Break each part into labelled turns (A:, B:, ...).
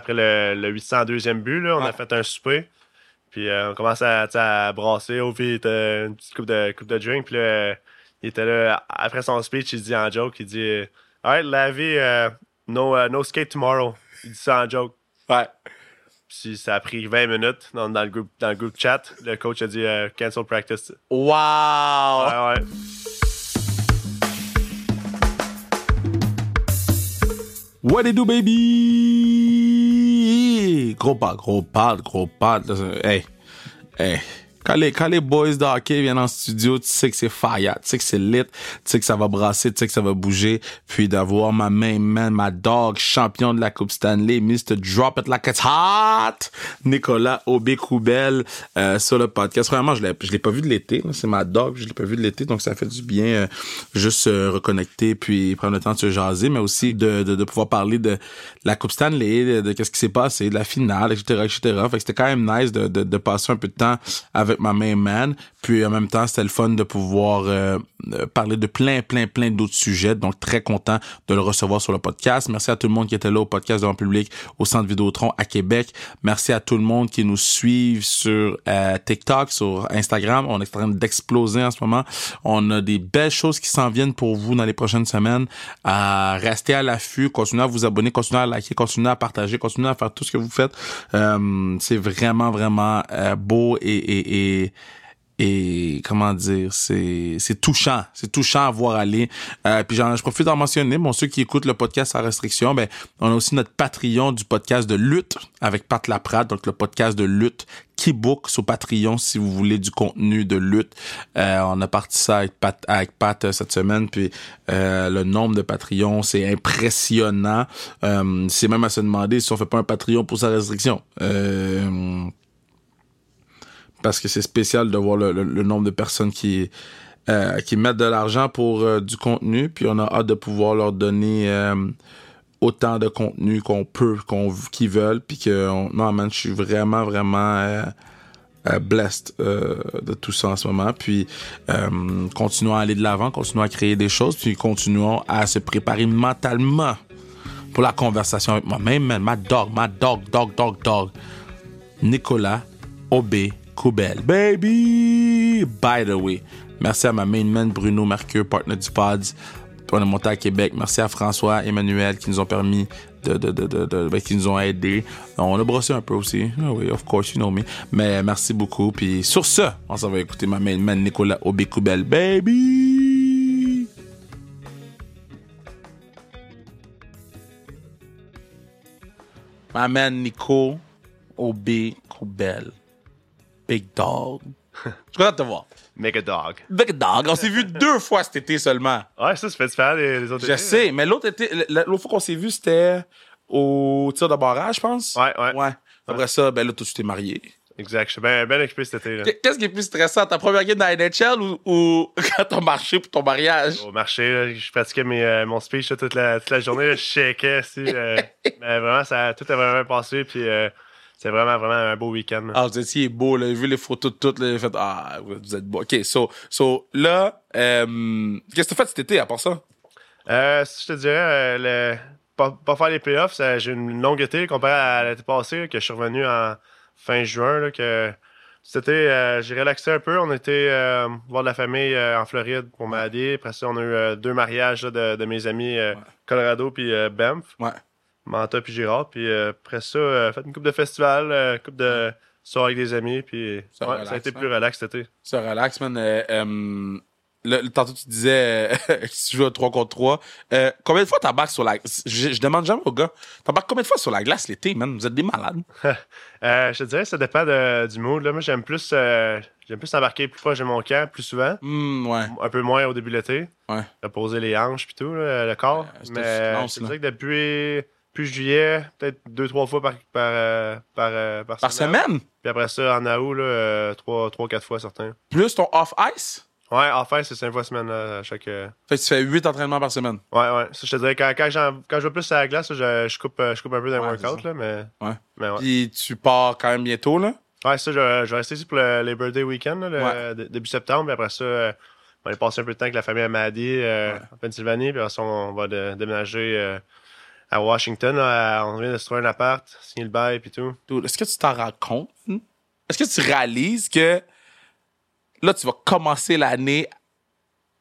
A: après le, le 802e but, là, on a
B: Ouais.
A: fait un souper. Puis euh, on commence à, tu sais, à brasser. Au il était une petite coupe de, coupe de drink. Puis là, euh, il était là. Après son speech, il dit en joke il dit euh, Alright, Lavi, euh, no, euh, no skate tomorrow. Il dit ça en joke.
B: Ouais.
A: Puis ça a pris 20 minutes dans, dans le, groupe, dans le groupe chat. Le coach a dit euh, Cancel practice.
B: Wow!
A: Ouais, ouais.
C: What it do, baby? Gros pad, gros pad, gros pad. Hey, hey. Quand les, quand les boys de hockey viennent en studio, tu sais que c'est fire, tu sais que c'est lit, tu sais que ça va brasser, tu sais que ça va bouger. Puis d'avoir ma main man, ma dog, champion de la Coupe Stanley, Mr. Drop It Like It's Hot, Nicolas Aubé-Coubel euh, sur le podcast. Vraiment, je l'ai je l'ai pas vu de l'été, là. c'est ma dog, je l'ai pas vu de l'été, donc ça fait du bien euh, juste se reconnecter puis prendre le temps de se jaser, mais aussi de, de, de pouvoir parler de la Coupe Stanley, de, de qu'est-ce qui s'est passé, de la finale, etc., etc. Fait que c'était quand même nice de, de, de passer un peu de temps avec ma main man. Puis en même temps, c'était le fun de pouvoir euh, euh, parler de plein, plein, plein d'autres sujets. Donc très content de le recevoir sur le podcast. Merci à tout le monde qui était là au podcast devant le public au Centre Vidéotron à Québec. Merci à tout le monde qui nous suit sur euh, TikTok, sur Instagram. On est en train d'exploser en ce moment. On a des belles choses qui s'en viennent pour vous dans les prochaines semaines. Euh, restez à l'affût, continuez à vous abonner, continuez à liker, continuez à partager, continuez à faire tout ce que vous faites. Euh, c'est vraiment, vraiment euh, beau et, et, et et comment dire, c'est c'est touchant, c'est touchant à voir aller. Euh, puis j'en, je profite d'en mentionner, bon ceux qui écoutent le podcast sans restriction, ben on a aussi notre Patreon du podcast de lutte avec Pat Laprade, donc le podcast de lutte qui book sur Patreon si vous voulez du contenu de lutte. Euh, on a parti ça avec Pat, avec Pat euh, cette semaine, puis euh, le nombre de Patreons, c'est impressionnant. Euh, c'est même à se demander si on fait pas un Patreon pour sa restriction. Euh, parce que c'est spécial de voir le, le- le nombre de personnes qui euh, qui mettent de l'argent pour euh, du contenu, puis on a hâte de pouvoir leur donner euh, autant de contenu qu'on peut, qu'on qu'ils veulent, puis que on- non man, je suis vraiment vraiment euh, euh, blessed euh, de tout ça en ce moment. Puis euh, continuons à aller de l'avant, continuons à créer des choses, puis continuons à se préparer mentalement pour la conversation avec moi-même, man. ma dog, ma dog, dog, dog, dog. Nicolas Aubé Coubel. Baby! By the way, merci à ma main man Bruno Mercure, partner du Pods. On est monté à Québec. Merci à François, Emmanuel qui nous ont permis de, de, de, de, de- ben, qui nous ont aidés. On a brossé un peu aussi. Ah oui, of course, you know me. Mais merci beaucoup. Puis sur ce, on s'en va écouter ma main man Nicolas Aubé Coubel. Baby! Ma man Nico Aubé Coubel. Big Dog. Je suis content de te voir.
A: Make a dog.
C: Big Dog, on s'est vu deux fois cet été seulement.
A: Ouais, ça, c'est fait faire les, les autres.
C: Je
A: étés,
C: sais, mais l'autre été, l- l- l'autre fois qu'on s'est vu, c'était au tir de barrage, je pense.
A: Ouais, ouais.
C: Après ça, ben là, toi, tu t'es marié.
A: là. Exact. Je suis bien ben occupé cet été. Là.
C: Qu- Qu'est-ce qui est plus stressant, ta première game dans la NHL ou, ou quand t'as marché pour ton mariage?
A: Au marché, là, je pratiquais mes, euh, mon speech là, toute, la, toute la journée. là, je shakais. si, euh, mais vraiment, ça, tout a vraiment passé. Puis euh, c'est vraiment, vraiment un beau week-end. là.
C: Ah, vous étiez beau, là. J'ai vu les photos de toutes, là. J'ai fait, ah, vous êtes beau. OK, so, so là, euh, qu'est-ce que t'as fait cet été à part ça?
A: Euh, si je te dirais, euh, le- pas, pas faire les playoffs, ça- j'ai une longue été comparé à l'été passé, là, que je suis revenu en fin juin. là, que c'était, euh, j'ai relaxé un peu. On était euh, voir de la famille euh, en Floride pour m'aider. Après ça, on a eu euh, deux mariages là, de, de mes amis euh, Colorado puis euh, Banff,
C: Ouais.
A: Manta puis Girard. Puis euh, après ça, euh, fait une coupe de festival, euh, coupe de soirée avec des amis. Puis
C: Ça
A: ouais,
C: relaxe,
A: ça a été
C: hein?
A: plus relax cet été.
C: Ça relax, man. Euh, euh, le- le- tantôt, tu disais euh, que tu joues à 3 contre 3. Euh, combien de fois t'embarques sur la Je, je demande jamais aux gars. T'embarques combien de fois sur la glace l'été, man? Vous êtes des malades.
A: Euh, je te dirais, ça dépend de- du mood. Là. Moi, j'aime plus, euh, j'aime plus embarquer plus proche de mon camp, plus souvent.
C: Hum, ouais.
A: un peu moins au début de l'été.
C: Ouais.
A: Reposer les hanches puis tout, là, le corps.
C: Ouais, c'était
A: mais
C: le silence,
A: c'est vrai que depuis, depuis juillet, peut-être deux, trois fois par, par, euh, par, euh, par,
C: Par semaine?
A: Puis après ça, en août, là, euh, trois, trois, quatre fois certains.
C: Plus ton off-ice?
A: Ouais, enfin, c'est cinq fois semaine là, à chaque. euh,
C: Fait que tu fais 8 entraînements par semaine.
A: Ouais, ouais. Ça, je te dirais, quand, quand, j'en- quand je vais plus à la glace, là, je, je coupe, euh, je coupe un peu d'un
C: Ouais,
A: workout,
C: c'est
A: là, mais.
C: Ouais.
A: mais ouais.
C: Puis tu pars quand même bientôt, là.
A: Ouais, ça, je, je vais rester ici pour le Labor Day week-end, là, le-
C: Ouais.
A: dé- début septembre. Puis après ça, euh, on va aller passer un peu de temps avec la famille à Maddy, euh,
C: Ouais.
A: en Pennsylvanie. Puis après ça, on va de- déménager euh, à Washington. là, à- on vient de se trouver un appart, signer le bail et tout.
C: Dude, est-ce que tu t'en rends compte? hmm? Est-ce que tu réalises que là, tu vas commencer l'année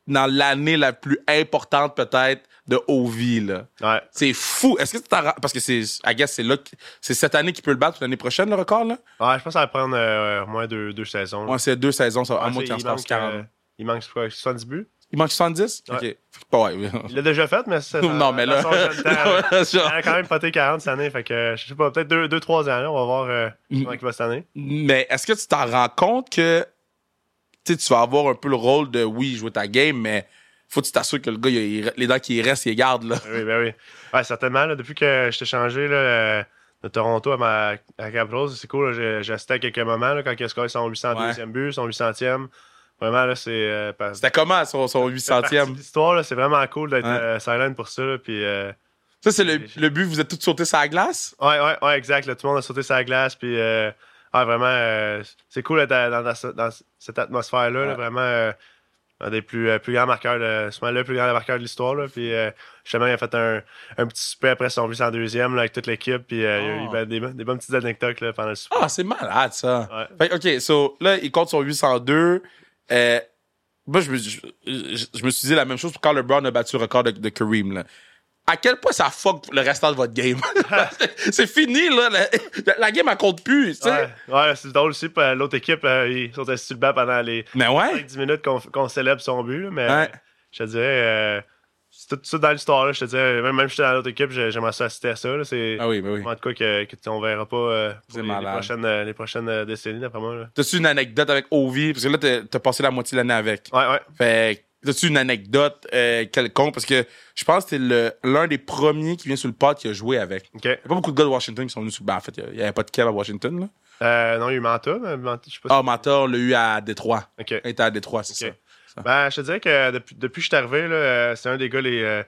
C: dans l'année la plus importante, peut-être, de Ovi, là?
A: Ouais.
C: C'est fou. Est-ce que tu t'en rends... Parce que c'est, I guess, c'est là, que- c'est cette année qui peut le battre, puis l'année prochaine, le record, là?
A: Ouais, je pense que ça va prendre euh, au moins deux, deux saisons. là.
C: Ouais, c'est deux saisons, ça va.
A: Ouais,
C: à moins qu'il en
A: il,
C: se passe
A: manque,
C: 40.
A: euh, il manque quoi, 70 buts.
C: Il manque 70?
A: Ouais.
C: OK. Fait que, ouais.
A: Il l'a déjà fait, mais ça, ça-
C: non, mais là...
A: ça change de temps. Il
C: Genre-
A: a quand même poté 40 cette année, fait que je sais pas, peut-être 2-3 ans, là, on va voir euh,
C: Mm.
A: comment il va cette année.
C: Mais est-ce que tu t'en rends compte que tu sais, tu vas avoir un peu le rôle de oui, jouer ta game, mais faut que tu t'assures que le gars, il- il- les dents qui restent, il les garde. Là.
A: Ben Oui, ben oui. Ouais, certainement. là, depuis que je t'ai changé là, euh, de Toronto à, ma, à Capitals, c'est cool. là, J'ai j'ai assisté à quelques moments là, quand il a scoré son 802e but, son 800e. Vraiment, là, c'est. euh, par-
C: C'était comment son, son
A: partie de
C: 800e?
A: l'histoire, là, c'est vraiment cool d'être
C: Ouais.
A: euh, silent pour ça. là, puis, euh,
C: Ça, c'est le, le but, vous êtes tous sautés sur la glace?
A: ouais, ouais, ouais, exact. là, tout le monde a sauté sa glace. Puis, euh, ouais, vraiment, euh, c'est cool d'être dans, dans- dans cette atmosphère-là. là,
C: Ouais.
A: vraiment, euh, un des plus, euh, plus grands marqueurs, de, sûrement le plus grand marqueur de l'histoire. là, Puis, euh, justement, il a fait un, un petit souper après son 802e là, avec toute l'équipe. Puis, euh, il y a eu
C: Oh.
A: ben, des, bo- des bonnes petites anecdotes là, pendant le souper.
C: Ah, c'est malade ça.
A: Ouais.
C: Fait que, OK, so, là, il compte son 802. Euh, moi, je me, je, je- je me suis dit la même chose pour quand LeBron a battu le record de, de Kareem. Là. À quel point ça fuck le restant de votre game? c'est fini, là. La, la game, elle compte plus. tu sais.
A: Ouais, ouais, c'est drôle aussi. puis, euh, L'autre équipe, euh, ils sont assis sur le banc pendant les
C: Mais ouais.
A: 10 minutes qu'on qu'on célèbre son but. là, mais
C: Ouais.
A: je te dirais, euh, c'est tout ça dans l'histoire. là, Je te dirais, même, même si j'étais dans l'autre équipe, j'ai- j'aimerais ça assister à ça. là, C'est
C: Ah oui, mais oui.
A: vraiment de quoi que, que t- on verra pas euh, pour
C: C'est
A: les, les
C: malade.
A: prochaines, euh, les prochaines euh, décennies, d'après moi. là.
C: T'as-tu une anecdote avec Ovi? Parce que là, t'as t'as passé la moitié de l'année avec.
A: Ouais, ouais.
C: Fait que, t'as-tu une anecdote euh, quelconque? Parce que je pense que t'es le- l'un des premiers qui vient sur le pod qui a joué avec.
A: OK.
C: Il y a pas beaucoup de gars de Washington qui sont venus sur. Ben, en fait, il n'y avait pas de Kev à Washington, là.
A: Euh, non, il y a eu Manta. mais Manta, je sais pas
C: Ah, Manta, on l'a eu à Détroit.
A: si- OK.
C: Il était à Détroit, c'est
A: Ok. Ben, je te dirais que depuis, depuis que je suis arrivé, là, euh, c'est un des gars les, euh,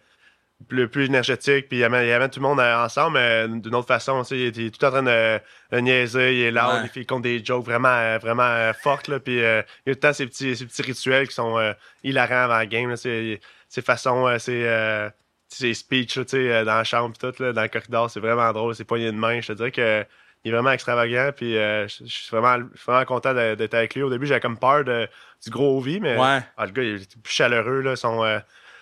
A: le plus énergétique. Puis il amène, il amène tout le monde euh, ensemble, mais d'une autre façon. tu sais, Il est, il est tout en train de, de niaiser, il est loud,
C: Ouais.
A: il, fait, il compte des jokes vraiment, euh, vraiment euh, fortes. Là, puis euh, il y a tout le temps ces petits, ces petits rituels qui sont euh, hilarants avant la game. là, c'est- Ses façons, euh, ses, euh, ses speeches là, tu sais, euh, dans la chambre, puis tout, là, dans le corridor, c'est vraiment drôle. Ses poignées de main, je te dirais que. Il est vraiment extravagant, puis euh, je je suis vraiment, je suis vraiment content de- d'être avec lui. Au début, j'avais comme peur de, du gros vie, mais
C: ça. Ouais.
A: ah, le gars, il est plus chaleureux, là. Son, euh,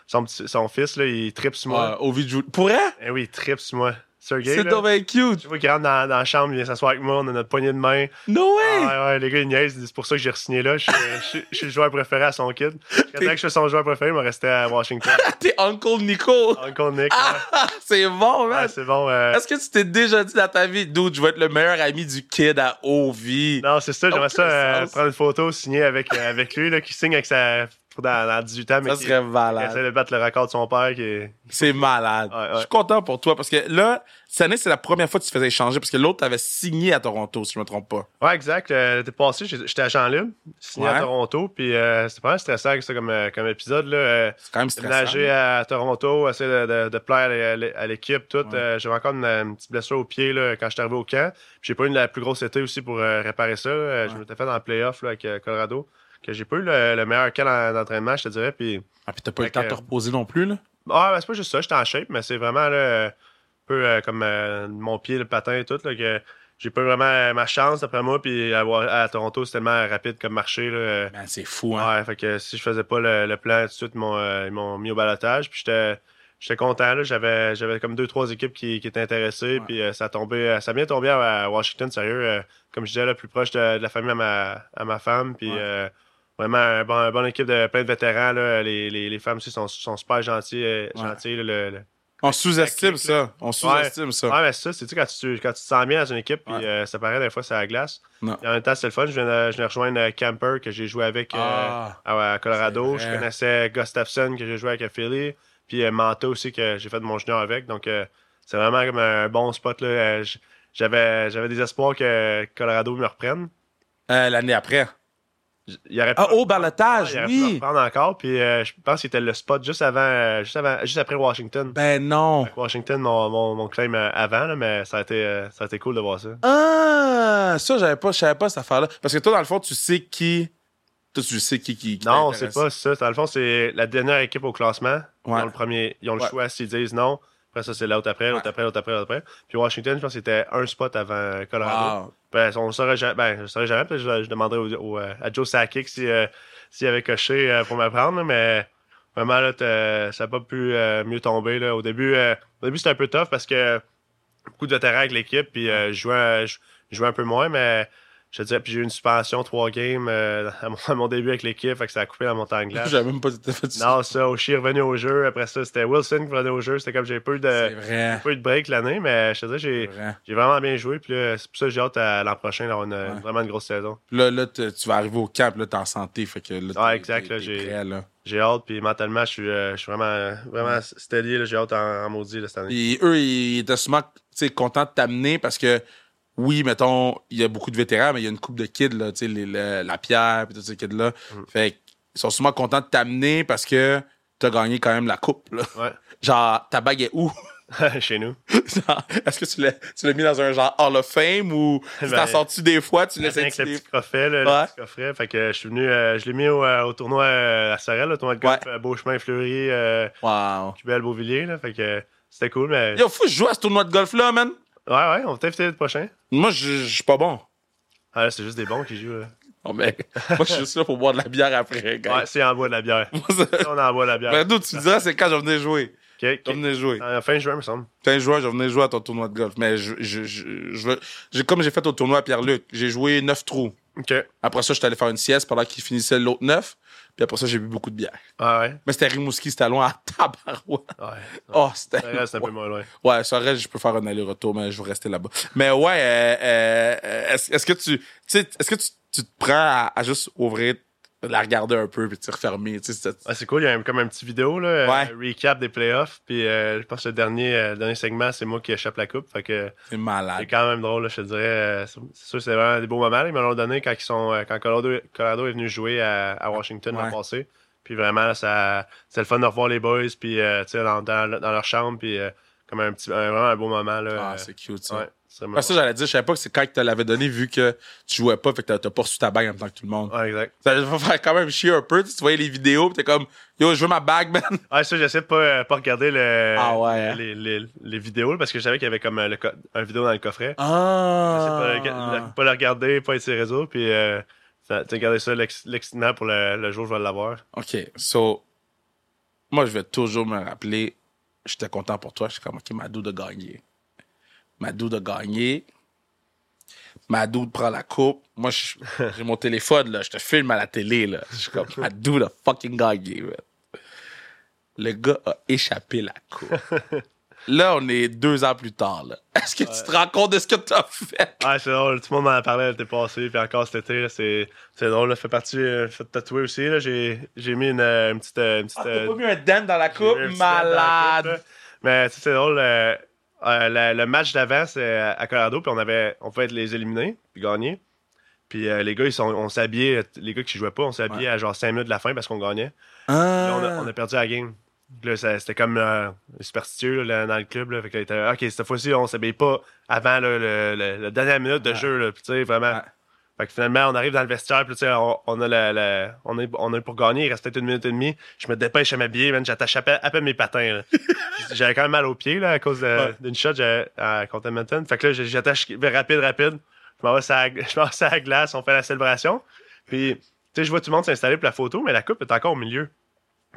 A: son, petit- son fils, là, il tripe sur moi.
C: Ouais, Ovi de Jude. Pourrait?
A: Eh oui, il tripe sur moi. Sergey,
C: C'est
A: là,
C: dommage cute.
A: tu vois qu'il rentre dans, dans la chambre, il vient s'asseoir avec moi, on a notre poignée de main.
C: No way!
A: Ah, ouais, ouais, les gars, ils niaisent, c'est pour ça que j'ai re-signé là. Je suis, je suis- je suis le joueur préféré à son kid. Quand que je suis son joueur préféré, il m'a resté à Washington.
C: T'es Uncle Nico.
A: Uncle Nick, ouais.
C: c'est bon,
A: Ah. Ouais,
C: Ah, man.
A: c'est bon. euh,
C: Est-ce que tu t'es déjà dit dans ta vie, dude, je vais être le meilleur ami du kid à Ovi?
A: Non, c'est ça, j'aimerais ça
C: Aucun
A: euh,
C: sens.
A: prendre une photo signée avec, euh, avec lui, là, qui signe avec sa. pour dans, dans 18 ans, mais
C: Ça
A: qui,
C: serait
A: qui
C: malade.
A: essaie de battre le record de son père. Qui est...
C: C'est malade.
A: Ouais, ouais.
C: Je suis content pour toi parce que là, cette année, c'est la première fois que tu te faisais échanger parce que l'autre t'avait signé à Toronto, si je me trompe pas.
A: Ouais, exact. Euh, L'été passé, j'ai- j'étais à Jean-Lib, signé
C: Ouais.
A: à Toronto, puis euh, c'était pas mal stressant ça comme, euh, comme épisode. Là, euh,
C: C'est quand même stressant.
A: déménager à Toronto, essayer de, de- de plaire à l'é- à l'équipe, tout. Euh, J'avais encore une, euh, une petite blessure au pied là, quand j'étais arrivé au camp. Puis J'ai pas eu la plus grosse été aussi pour euh, réparer ça. là. Euh, Je
C: Ouais.
A: m'étais fait dans le playoff là, avec euh, Colorado, que j'ai pas eu le, le meilleur camp d'en- d'entraînement, je te dirais. Puis
C: Ah, puis t'as pas eu le
A: Fait
C: temps de
A: que-
C: te reposer non plus, là?
A: ah, ben, c'est pas juste ça, j'étais en shape, mais c'est vraiment là, euh, un peu euh, comme euh, mon pied, le patin et tout, là, que j'ai pas eu vraiment euh, ma chance après moi, puis à, Wa- à Toronto, c'est tellement rapide comme marché. Là, euh,
C: Man, c'est fou, hein?
A: ouais, fait que si je faisais pas le, le plan tout de suite, ils m'ont, euh, ils m'ont mis au balotage, puis j'étais. J'étais content, là. J'avais, j'avais comme deux, trois équipes qui, qui étaient intéressées.
C: Ouais.
A: Puis euh, ça a tombé, euh, ça a bien tombé à, à Washington, sérieux. euh, comme je disais, là, plus proche de, de la famille à ma, à ma femme. Puis
C: Ouais.
A: euh, vraiment, un bon, un bon équipe de plein de vétérans, là. Les, les, les femmes aussi sont, sont super gentilles. euh,
C: Ouais.
A: gentilles là, le- le-
C: On sous-estime ça. On sous-estime ça.
A: Ouais, mais c'est ça, c'est tu sais, quand tu, quand tu te sens bien dans une équipe, puis
C: Ouais.
A: euh, ça paraît des fois c'est à la glace.
C: Non.
A: Et en même temps, c'est le fun. Je viens de, je viens de rejoindre euh, Camper que j'ai joué avec euh,
C: Ah.
A: à, à Colorado.
C: C'est
A: Je
C: vrai.
A: connaissais Gustafsson que j'ai joué avec à Philly. Puis euh, Manta aussi que j'ai fait de mon junior avec. Donc euh, c'est vraiment comme un bon spot. Là. Euh, j- J'avais, j'avais des espoirs que Colorado me reprenne.
C: Euh, L'année après.
A: J- Il aurait pu-
C: Ah, au
A: il
C: balotage,
A: aurait pu me
C: oui!
A: reprendre encore. Puis euh, je pense qu'il était le spot juste avant, euh, juste avant juste après Washington.
C: Ben non.
A: Washington, mon, mon, mon claim euh, avant, là, mais ça a, été, euh, ça a été cool de voir ça.
C: Ah! Ça, j'avais pas, je savais pas cette affaire-là. Parce que toi, dans le fond, tu sais qui. Toi, tu sais qui. qui, qui
A: Non, c'est
C: t'intéresse.
A: pas ça. Dans le fond, c'est la dernière équipe au classement. Ils
C: Ouais.
A: ont le premier. Ils ont le
C: Ouais.
A: choix s'ils disent non. Après Après ça, c'est l'autre après, l'autre
C: Ouais.
A: après, l'autre après, l'autre après. Puis Washington, je pense que c'était un spot avant Colorado.
C: Wow.
A: Ben, on le saurait jamais. Ben, je le saurais jamais. puis je, je demanderais au- au, euh, à Joe Sakic si, euh, s'il avait coché euh, pour m'apprendre. là, Mais vraiment, là, t'as- ça n'a pas pu euh, mieux tomber. Là. Au début, euh, au début c'était un peu tough parce que beaucoup de vétérans avec l'équipe. Puis euh, je, jouais, un- je, je jouais un peu moins. Mais je te dirais, puis j'ai eu une suspension trois games euh, à, mon, à mon début avec l'équipe. Fait que ça a coupé la montagne glace.
C: J'avais même pas tout à fait ça.
A: non, ça, Oshie est revenu au jeu. Après ça, c'était Wilson qui revenait au jeu. C'était comme j'ai peu
C: C'est
A: de,
C: vrai.
A: peu de break l'année. Mais je te dirais,
C: C'est
A: j'ai.
C: vrai.
A: J'ai vraiment bien joué, puis là, c'est pour ça que j'ai hâte à l'an prochain d'avoir une,
C: Ouais.
A: vraiment une grosse saison.
C: Puis Là, là tu tu vas arriver au camp, puis là, t'es en santé. Fait que là,
A: Ah,
C: t'es-
A: exact,
C: t'es-
A: là,
C: t'es
A: j'ai-
C: prêt, là.
A: J'ai hâte, puis mentalement, je suis, euh, je suis vraiment, vraiment steady, là, j'ai hâte en, en maudit là, cette année.
C: Et eux, ils étaient sûrement tu sais, contents de t'amener parce que, oui, mettons, il y a beaucoup de vétérans, mais il y a une coupe de kids, là, tu sais, les- le- la pierre, puis tous ces kids-là.
A: Mm.
C: Fait qu'ils sont sûrement contents de t'amener parce que t'as gagné quand même la coupe, là.
A: Ouais,
C: Genre, ta bague est où?
A: chez nous.
C: Genre, Est-ce que tu l'as tu l'as mis dans un genre Hall of Fame ou tu t'en
A: Ben,
C: sors-tu des fois, tu
A: Avec
C: laisses
A: le
C: un petit des
A: petit coffret, là,
C: Ouais.
A: le petit coffret, fait que je suis venu, euh, je l'ai mis au, euh, au tournoi euh, à Sorel, le tournoi de golf,
C: Ouais.
A: euh, Beauchemin, Fleury, euh,
C: Wow.
A: Cubelle, Beauvilliers, là, fait que euh, c'était cool, mais...
C: Yo, faut que je joue à ce tournoi de golf-là, man.
A: Ouais, ouais, on va t'inviter le prochain.
C: Moi, je je suis pas bon.
A: Ah, là, c'est juste des bons qui jouent, là.
C: Oh, mais moi, je suis juste là pour boire de la bière après, gars.
A: Ouais, c'est en bois de la bière.
C: Moi, ça-
A: on en boit de la bière.
C: Ben, d'où tu me diras, c'est quand je venais jouer.
A: Ok,
C: Je
A: ok.
C: venais jouer.
A: En fin juin, me semble.
C: Fin juin, je venais jouer à ton tournoi de golf. Mais je, je, je, je veux- j'ai- comme j'ai fait au tournoi à Pierre-Luc, j'ai joué neuf trous.
A: Ok, ouais,
C: Après ça, je suis allé faire une sieste pendant qu'il finissait l'autre neuf. Puis après ça, j'ai bu beaucoup de bière.
A: Ah, ouais,
C: Mais c'était à Rimouski, c'était loin à Tabarouette.
A: ouais.
C: Oh, c'était.
A: Ça reste un peu moins loin.
C: Ouais, ça reste, je peux faire un aller-retour, mais je vais rester là-bas. Mais ouais, euh, euh, euh, est-ce est-ce que tu, tu sais, est-ce que tu, tu te prends à, à juste ouvrir, la regarder un peu, puis te refermer, tu sais, c'est-
A: Ah, c'est cool, il y a un- comme un petit vidéo, là,
C: Ouais.
A: un recap des playoffs. Puis euh, je pense que le dernier, euh, le dernier segment, c'est moi qui échappe la coupe. Fait que
C: c'est
A: c'est
C: malade.
A: quand même drôle, là, je te dirais. euh, c'est c'est sûr, c'est vraiment des beaux moments. là. Ils me l'ont donné quand, ils sont, euh, quand Colorado, Colorado est venu jouer à, à Washington
C: Ouais.
A: l'an passé. Puis vraiment, là, ça, c'est le fun de revoir les boys, puis euh, tu sais, dans, dans- dans leur chambre. Puis euh, comme un petit, un- vraiment un beau moment. Là, euh,
C: Ah, c'est cute, ça.
A: ouais, c'est vraiment-
C: Parce que ça, j'allais dire, je savais pas que c'est quand ils te l'avaient donné, vu que tu jouais pas, fait que t'as- t'as pas reçu ta bague en même temps que tout le monde.
A: Ouais, exact.
C: Ça va faire quand même chier un peu, tu sais, tu voyais les vidéos, pis t'es comme, yo, je veux ma bague, man.
A: Ah, ça, j'essaie de pas, euh, pas regarder le,
C: Ah ouais, hein?
A: les, les- les vidéos là, parce que je savais qu'il y avait comme euh, le co- un vidéo dans le coffret.
C: Ah!
A: J'essaie de pas, le- le- pas le regarder, pas être sur les réseaux, puis euh, ça- t'sais, garder ça l'ex- l'excitement pour le, le jour où je vais l'avoir.
C: OK, so, moi, je vais toujours me rappeler, j'étais content pour toi, j'étais comme, OK, Madou de gagner. Madou de gagner. Madou de prend la coupe. Moi, je- j'ai mon téléphone, là, je te filme à la télé, là. Je suis comme, Madou de fucking gagner, man. Le gars a échappé la coupe. Là, on est deux ans plus tard, là. Est-ce que tu te rends compte de ce que t'as fait?
A: Ah, c'est drôle, tout le monde m'en parlait l'été passé, puis encore cet été, là, c'est c'est drôle, là, fait partie, euh, fait tatouer aussi, là, j'ai j'ai mis une, euh, une petite... euh, une petite,
C: Ah,
A: euh,
C: t'as pas mis un dent dans la coupe?
A: j'ai mis un petit dans la coupe,
C: Malade!
A: là. Mais tu sais, c'est drôle, euh, euh, la- le match d'avant, c'est à Colorado, puis on avait, on pouvait être les éliminés, puis gagner. Puis euh, les gars, ils sont, on s'habillait, les gars qui jouaient pas, on s'habillait à genre 5 minutes de la fin parce qu'on gagnait.
C: Euh, Ah.
A: Là, on, a, on a perdu la game. Puis Là, ça- c'était comme euh, superstitieux là, là, dans le club. Là, fait que, là, il était, ok, cette fois-ci, on s'habille pas avant là, le, le- la dernière minute de jeu. Là, Puis, tu sais, vraiment.
C: Ouais.
A: Fait que finalement, on arrive dans le vestiaire. Puis, tu sais, on, on a la, la- on, est, on est pour gagner. Il reste peut-être une minute et demie. Je me dépêche à m'habiller. man, J'attache à peine, à peine mes patins. là. J'avais quand même mal aux pieds là, à cause de-
C: Ouais.
A: d'une shot j'avais- à contre Edmonton. Fait que là, j'attache rapide, rapide. Je m'en vais sur la- je m'en vais sur la glace. On fait la célébration. Puis, tu sais, je vois tout le monde s'installer pour la photo, mais la coupe est encore au milieu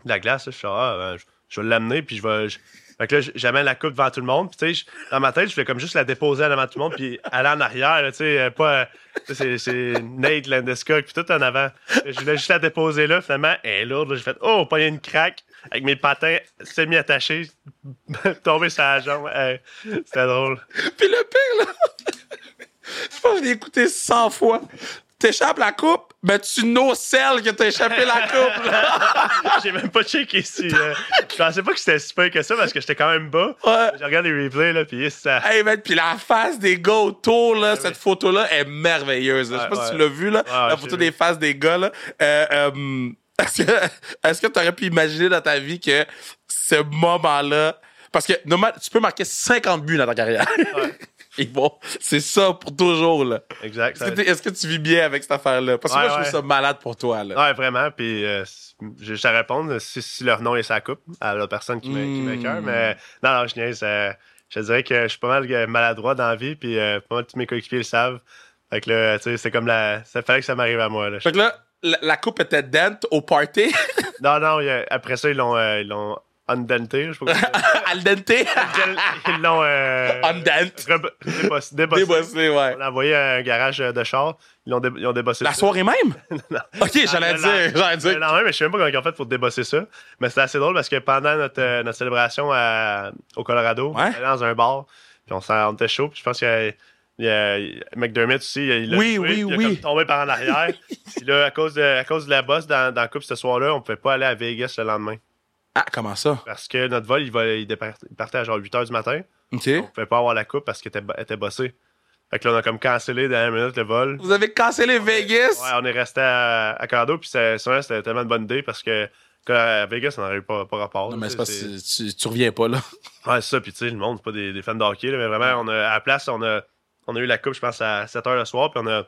A: de la glace. là. Je suis genre, ah, ben, je, je vais l'amener, puis je vais. je- Fait que là, j'amène la coupe devant tout le monde. Puis, tu sais, je- dans ma tête, je voulais comme juste la déposer devant tout le monde, puis aller en arrière, là, tu sais, euh, pas. euh, tu sais, C'est c'est Nate, Landeskog, puis tout en avant. Je voulais juste la déposer là, finalement, elle est lourde. là. J'ai fait, oh, pas une craque, avec mes patins semi-attachés, tombé sur la jambe. Hey, C'était drôle.
C: Puis le pire, là, je pense que je l'ai écouté 100 fois. T'échappes la coupe, mais tu no celle que t'as échappé la coupe, là.
A: J'ai même pas checké si. euh, je pensais pas que c'était si peu que ça, parce que j'étais quand même bas.
C: Ouais.
A: Je regarde les replays, là, puis ça.
C: Hey, man, puis la face des gars autour, là, cette photo-là est merveilleuse. là. Je sais pas
A: Ouais,
C: si tu
A: ouais.
C: l'as vu, là,
A: Ouais,
C: la
A: j'ai vu.
C: photo des faces des gars, là. Euh, euh, est-ce que, est-ce que t'aurais pu imaginer dans ta vie que ce moment-là, parce que normal, tu peux marquer 50 buts dans ta carrière. Ils vont- C'est ça pour toujours, là.
A: Exact.
C: Est-ce
A: ça-
C: que, t'es- est-ce que tu vis bien avec cette affaire-là? Parce que
A: Ouais,
C: moi, je
A: ouais.
C: trouve ça malade pour toi, là.
A: Ouais, vraiment. Puis, euh, c- j'ai juste à répondre euh, si, si leur nom est sa coupe à la personne qui m'a- qui
C: Mm.
A: m'écoeure. Mais non, non, je niaise. euh, je te dirais que je suis pas mal euh, maladroit dans la vie. Puis, euh, pas mal tous mes coéquipiers le savent. Fait que là, tu sais, c'est comme la. Ça fallait que ça m'arrive à moi. Là.
C: Fait que là, la, la coupe était dente au party,
A: Non, non, il y a- après ça, ils l'ont euh, ils l'ont undenté. Je sais pas comment
C: al dente,
A: dire. Ils l'ont. Euh,
C: undente,
A: reb- débossé. débossé.
C: débossé, ouais.
A: On l'a envoyé à un garage euh, de char. Ils l'ont dé- ils ont débossé.
C: La
A: ça.
C: soirée même?
A: Non.
C: Ok, j'allais
A: le
C: dire, j'allais
A: Le
C: dire.
A: lendemain, mais je sais même pas comment ils ont fait pour débosser ça. Mais c'était assez drôle parce que pendant notre, euh, notre célébration à- au Colorado,
C: Ouais.
A: on allait dans un bar, puis on, s'en- on était chaud, puis je pense qu'il y a, il y a- McDermott aussi, il l'a
C: Oui,
A: joué,
C: oui,
A: puis il a
C: oui.
A: comme tombé par en arrière. puis là, à cause de, à cause de la bosse dans, dans la coupe ce soir-là, on pouvait pas aller à Vegas le lendemain.
C: Ah, comment ça?
A: Parce que notre vol, il, volait- il départ- il partait à genre 8 h du matin.
C: Ok.
A: On pouvait pas avoir la coupe parce qu'il était, bo- était bossé. Fait que là, on a comme cancellé dernière minute le vol.
C: Vous avez cancellé Vegas?
A: Ouais, on est resté à, à Colorado, puis c'est- c'est vrai, c'était tellement une bonne idée parce que que à Vegas, on n'aurait eu pas, pas rapport.
C: Non, mais c'est
A: tu
C: parce
A: sais,
C: que tu, tu reviens pas, là.
A: c'est- Ouais, c'est ça, puis tu sais, le monde, c'est pas des, des fans de hockey, là, mais vraiment, on a, à la place, on a, on a eu la coupe, je pense, à 7 h le soir, puis on a,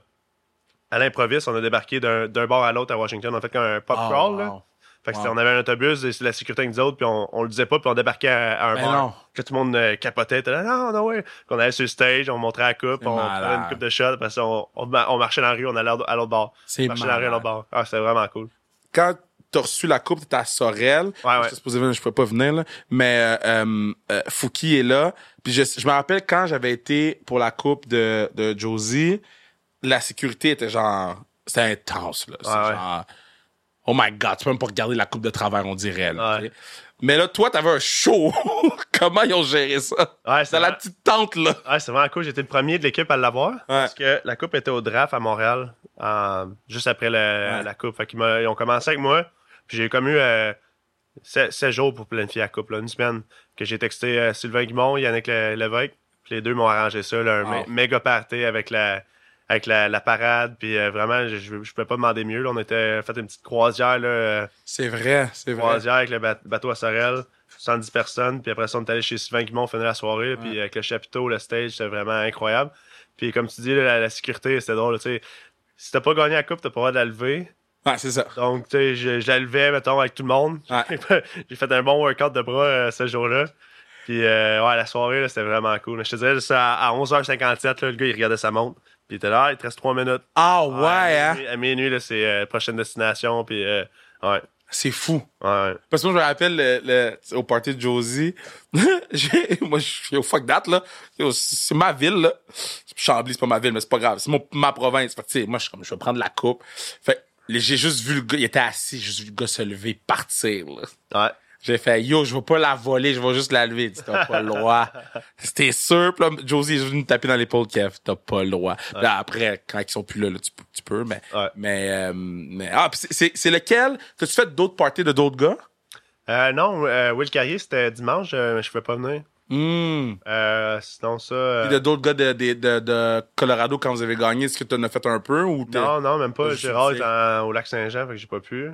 A: à l'improviste, on a débarqué d'un d'un bord à l'autre à Washington. On a fait comme un pop
C: Oh,
A: crawl,
C: wow.
A: là. Fait que
C: Wow.
A: c'était- on avait un autobus, et c'est la sécurité avec nous autres, puis on, on le disait pas, puis on débarquait à, à un
C: Ben
A: bar.
C: non.
A: Que tout le monde euh, capotait, était là, non, non, ouais. Qu'on allait sur le stage, on montrait la coupe,
C: C'est
A: on
C: malade.
A: prenait une coupe de shot, parce qu'on on, on marchait dans la rue, on allait à l'autre bar.
C: C'est
A: Marcher dans rien
C: malade.
A: au bord. Ah, c'était vraiment cool.
C: Quand t'as reçu la coupe, t'étais à Sorel.
A: Ouais, ouais.
C: J'étais supposé venir, je pouvais pas venir, là. Mais euh, euh, euh, Fouki est là. Puis je, je me rappelle quand j'avais été pour la coupe de, de Josie, la sécurité était genre... C'était intense, là. C'est
A: Ouais, ouais.
C: genre... Oh my God, tu peux même pas regarder la coupe de travers, on dirait. là,
A: Ouais.
C: tu sais. Mais là, toi, t'avais un show. Comment ils ont géré ça?
A: Ouais,
C: Dans
A: c'est
C: la
A: vraiment,
C: petite tente, là.
A: ouais, Ah, c'est vraiment cool. J'étais le premier de l'équipe à l'avoir. Parce que la coupe était au draft à Montréal, euh, juste après le- la coupe. Fait qu'ils m'a- ils ont commencé avec moi. Puis j'ai comme eu 16 jours pour planifier la coupe, là, une semaine. Que j'ai texté euh, Sylvain Guimond, Yannick Le- Lévesque. Puis les deux m'ont arrangé ça, là, un
C: Wow.
A: mé- méga party avec la. Avec la, la parade, puis euh, vraiment, je, je, je pouvais pas demander mieux. là. on était fait une petite croisière, là, euh,
C: C'est vrai, c'est vrai.
A: croisière avec le ba- bateau à Sorel, 70 personnes. Puis après ça, on est allé chez Sylvain Guimond, on finit la soirée. là, Puis avec le chapiteau, le stage, c'était vraiment incroyable. Puis comme tu dis, là, la, la sécurité, c'était drôle. tu sais. Si t'as pas gagné la coupe, t'as pas le droit de la lever.
C: Ouais, c'est ça.
A: Donc, tu sais, je, je la levais, mettons, avec tout le monde.
C: Ouais.
A: J'ai fait un bon workout de bras euh, ce jour-là. Puis, euh, ouais, la soirée, là, c'était vraiment cool. Je te dirais, juste à, à 11h57, là, le gars, il regardait sa montre. Puis, il était là, Ah, il te reste 3 minutes.
C: Ah ouais,
A: à
C: hein?
A: minuit, à minuit, là, c'est euh, prochaine destination. Puis, euh, ouais,
C: C'est fou.
A: ouais.
C: Parce que moi, je me rappelle le, le- au party de Josie. j'ai- moi, je suis au fuck that, là. Yo, C'est ma ville, là. Chambly, c'est pas ma ville, mais c'est pas grave. C'est mon- ma province. Fait que, tu sais, moi, je suis comme, je vais prendre la coupe. Fait que, j'ai juste vu le gars, il était assis, j'ai juste vu le gars se lever, et partir, là.
A: Ouais.
C: J'ai fait, yo, je vais pas la voler, je vais juste la lever. Il dit, T'as pas le droit. C'était sûr. Puis là, Josie est venue me taper dans l'épaule, Kev, t'as pas le droit. Puis là, après, quand ils sont plus là, là, tu, peux- tu peux, mais,
A: Ouais.
C: mais, euh, mais- ah, puis c'est- c'est c'est lequel? T'as-tu fait d'autres parties de d'autres gars?
A: Euh, non, euh, Will Carrier, c'était dimanche, euh, mais je pouvais pas venir.
C: Hum.
A: Euh, sinon, ça. euh,
C: Puis de d'autres gars de, de, de, de Colorado quand vous avez gagné, est-ce que t'en as fait un peu ou t'es-
A: non, non, même pas.
C: Je
A: Gérard
C: sais.
A: est en- au lac Saint-Jean, fait que j'ai pas pu.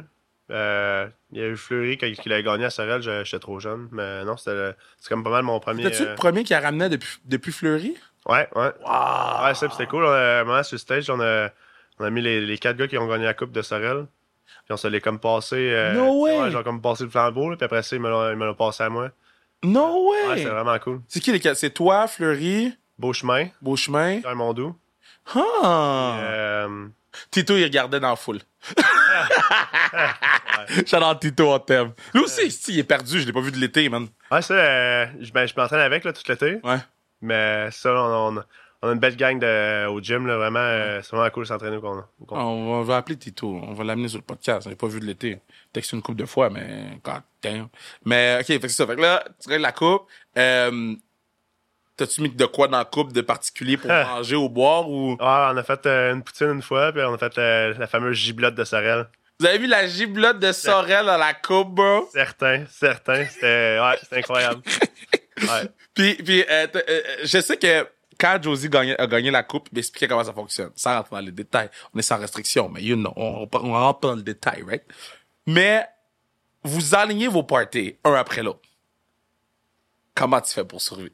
A: Euh, il y a eu Fleury quand il a gagné à Sorel, je- j'étais trop jeune. Mais non, c'était le- c'est comme pas mal mon premier.
C: T'es-tu
A: euh,
C: le premier qui a ramené depuis, depuis Fleury?
A: Ouais, ouais.
C: Wow.
A: Ouais, ça, puis c'était cool. On a, à un moment, sur le stage, on a, on a mis les, les quatre gars qui ont gagné la Coupe de Sorel. Puis on se l'est comme passé. euh,
C: No way!
A: ouais, genre comme passé le flambeau, là, puis après ça, ils me l'ont- ils me l'ont passé à moi.
C: No
A: Ouais,
C: way!
A: c'est vraiment cool.
C: c'est qui les quatre? C'est toi, Fleury,
A: Beau chemin,
C: Beauchemin?
A: Pierre Mondou.
C: Ah!
A: Euh,
C: Tito, il regardait dans la foule. J'adore Tito, on t'aime. Lui aussi, si, il est perdu, je l'ai pas vu de l'été, man.
A: Ouais, ça, euh, je, ben, je m'entraîne avec là, tout l'été.
C: Ouais.
A: Mais ça, on, on- on a une belle gang de, au gym, là, vraiment. euh, c'est vraiment cool de s'entraîner qu'on qu'on-
C: Ah, On va, on va appeler Tito, on va l'amener sur le podcast. Je l'ai pas vu de l'été. Texte une coupe de fois, mais god damn. Mais ok, fait que c'est ça. Fait que là, tu règles la coupe. Euh, T'as-tu mis de quoi dans la coupe de particulier pour manger ou boire ou.
A: Ah, on a fait euh, une poutine une fois, puis on a fait euh, la fameuse giblotte de Sorel.
C: Vous avez vu la giblotte de Sorel dans la coupe, bro?
A: Certain, certain. C'était ouais, c'était incroyable. Ouais.
C: Puis, puis euh, t- euh, je sais que quand Josie gagnait- a gagné la coupe, il m'expliquait comment ça fonctionne, sans rentrer dans les détails. On est sans restriction, mais you know, on, on- on rentre pas dans le détail, right? Mais vous alignez vos parties un après l'autre. Comment tu fais pour survivre?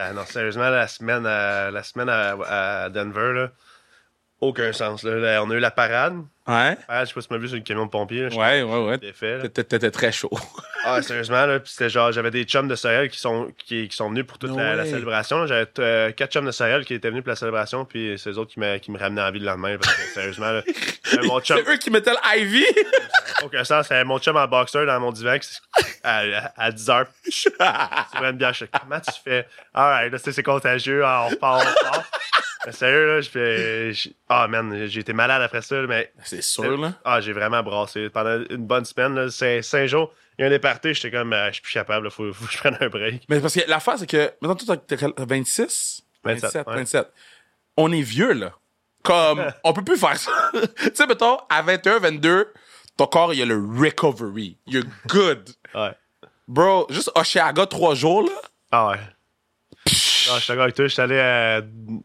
A: Ah non, sérieusement, la semaine à, la semaine à, à Denver, là, aucun sens. là. Là, on a eu la parade.
D: Ouais.
A: Ah, je sais pas si tu m'as vu sur le camion de pompier. Là, j'étais
D: Ouais, ouais, ouais.
A: défait, là.
D: T'étais- T'étais très chaud.
A: Ah, sérieusement, là, puis c'était genre, j'avais des chums de Sorel qui sont, qui, qui sont venus pour toute
D: No
A: la, la
D: way.
A: célébration. là. J'avais euh, quatre chums de Sorel qui étaient venus pour la célébration, puis c'est eux autres qui me, qui me ramenaient en vie le lendemain. Parce que, sérieusement, là, j'avais mon chum,
D: C'est eux qui mettaient l'Ivy.
A: aucun sens, c'était mon chum en boxeur dans mon divan qui s- à, à- à 10 h sur une bière. Je suis comme, comment tu fais? Alright, là, c'est c'est contagieux, ah, on repart, on repart. Mais sérieux, là, je fais- je- Ah, man, j'ai été malade après ça, là, mais
C: C'est sûr, là.
A: ah, j'ai vraiment brassé. Pendant une bonne semaine, là, cinq, cinq jours, il y a un départé, j'étais comme, euh, je suis plus capable, il faut, faut que je prenne un break.
C: Mais parce que l'affaire, c'est que, maintenant, toi, t'as t'as 26?
A: 27, ouais.
C: 27. On est vieux, là. Comme, on peut plus faire ça. tu sais, mettons, à 21, 22, ton corps, il y a le recovery. You're good.
A: Ouais.
C: Bro, juste Oshiaga, trois jours, là.
A: Ah ouais. Non, je suis d'accord avec toi, j'étais allé à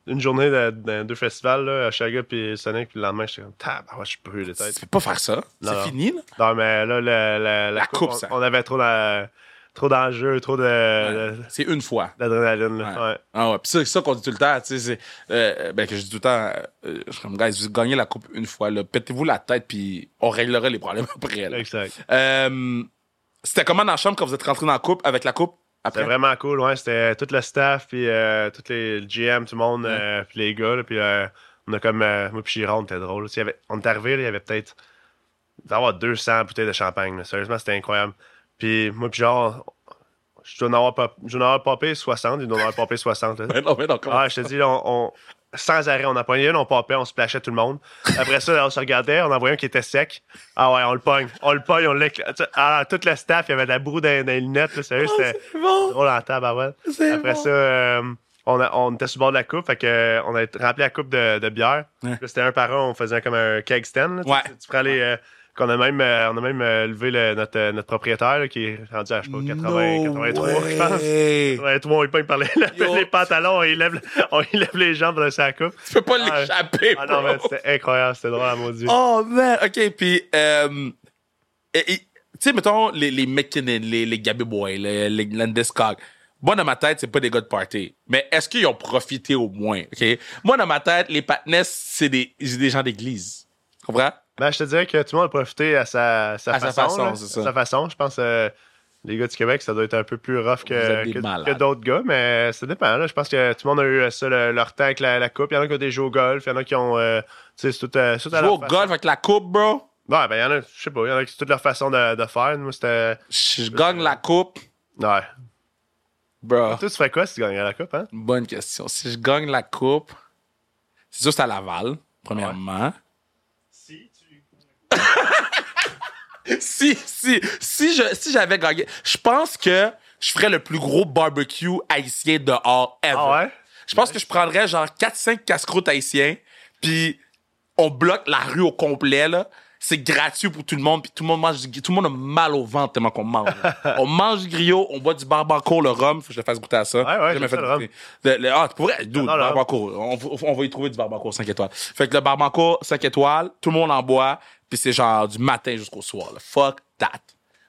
A: une journée de- dans deux festivals, là, à Chaga puis Sonic, puis le lendemain, j'étais comme, tabarouette, je suis brûlé de
C: Tu
A: tête.
C: peux pas faire ça.
A: Non,
C: C'est
A: non.
C: fini, là.
A: Non, mais là, la, la,
C: La coupe,
A: on-
C: ça.
A: on, avait trop d'en- trop d'enjeux, trop de- de-
C: C'est une fois.
A: d'adrénaline. là.
C: Ouais.
A: Ouais.
C: Ah ouais, puis ça, ça qu'on dit tout le temps, tu sais, c'est, euh, ben, que je dis tout le temps, euh, je suis comme, guys, vous gagnez la coupe une fois, là, pétez-vous la tête, puis on réglera les problèmes après, là.
A: Exact.
C: Euh, c'était comment dans la chambre quand vous êtes rentré dans la coupe, avec la coupe, après?
A: C'était vraiment cool, ouais. C'était tout le staff, puis euh, tous les le GM, tout le monde, euh, puis les gars, là, puis euh, on a comme. euh, moi, puis Chiron, on était drôle. Tu sais, il y avait- on est arrivé, là, il y avait peut-être. il devait y avoir 200 bouteilles de champagne, là. Sérieusement, c'était incroyable. Puis moi, puis genre, je dois en avoir, pop- je dois en avoir popé 60, ils doivent en avoir popé 60. là.
C: Ben non, ben non, comment-
A: Ah, je te dis, là, on, on- sans arrêt, on en pognait une, on popait, on se plashait tout le monde. Après ça, on se regardait, on en voyait un qui était sec. Ah ouais, on le pogne, on le pogne, on l'éclate. Tu sais, Ah, toute la staff, il y avait de la broue dans, dans les lunettes, là,
C: Ah,
A: sérieux, c'était
C: bon.
A: drôle en table,
C: C'est
A: Après
C: bon.
A: ça, euh, on, a- on était sur le bord de la coupe, fait que, euh, on a rempli la coupe de, de bière.
C: Ouais.
A: Là, C'était un par un, on faisait comme un keg stand. là, tu-
C: Ouais.
A: Tu, tu prends les... euh, qu'on a même, euh, on a même euh, levé le- notre, euh, notre propriétaire là, qui est rendu à je sais pas, 80,
C: No
A: 83, je pense.
C: way.
A: Ouais, tout le monde, il pogne par les,
C: Yo.
A: les pantalons, on lève, on y lève les jambes dans sa coupe.
C: Tu peux pas
A: Ah,
C: l'échapper,
A: Ah non,
C: bro.
A: mais c'était incroyable, c'était drôle à maudit.
C: Oh man, ok, puis euh, et- et- tu sais, mettons les, les McKinnon, les, les Gabby Boy, les, les Landeskog. Moi, dans ma tête, c'est pas des gars de party. Mais est-ce qu'ils ont profité au moins, ok? Moi, dans ma tête, les Patness, c'est des, c'est des gens d'église. Tu comprends?
A: Ben, je te dirais que tout le monde a profité à sa, sa
C: À sa
A: façon.
C: façon,
A: là.
C: c'est ça.
A: À sa façon, je pense euh, les gars du Québec, ça doit être un peu plus rough
C: Vous êtes
A: que,
C: des
A: que-
C: malades.
A: que d'autres gars, mais ça dépend. Là. Je pense que tout le monde a eu euh, ça, le- leur temps avec la, la coupe. Il y en a qui ont des jeux au golf, il y en a qui ont... euh, tu sais, c'est tout, euh, c'est tout à
C: Jouer
A: leur
C: au
A: façon.
C: golf avec la coupe, bro.
A: Ouais, ben, il y en a, je sais pas, il y en a qui c'est toute leur façon de, de faire. Moi, c'était...
C: Je je gagne la coupe,
A: Ouais.
C: bro.
A: Toi, tu ferais quoi si tu gagnais la coupe, hein?
C: Bonne question. Si je gagne la coupe, c'est sûr que c'est à Laval, premièrement.
A: Si tu...
C: si, si, si je, si j'avais gagné, je pense que je ferais le plus gros barbecue haïtien dehors ever.
A: Ah ouais?
C: Je pense que je prendrais genre 4-5 casse-croûtes haïtiens, puis on bloque la rue au complet, là. C'est gratuit pour tout le monde, puis tout le monde mange, du- tout le monde a mal au ventre tellement qu'on mange. là. on mange du griot, on boit du barbancourt, le rhum, faut que je le fasse goûter à ça.
A: Ouais, ouais,
C: J'ai jamais
A: j'aime ça,
C: fait
A: le rhum.
C: goûter. Le- le- ah, pour vrai, dude,
A: J'adore le rhum.
C: barbancourt. On, va- on va y trouver du barbancourt 5 étoiles. Fait que le barbancourt 5 étoiles, tout le monde en boit, puis c'est genre du matin jusqu'au soir, là. Fuck that.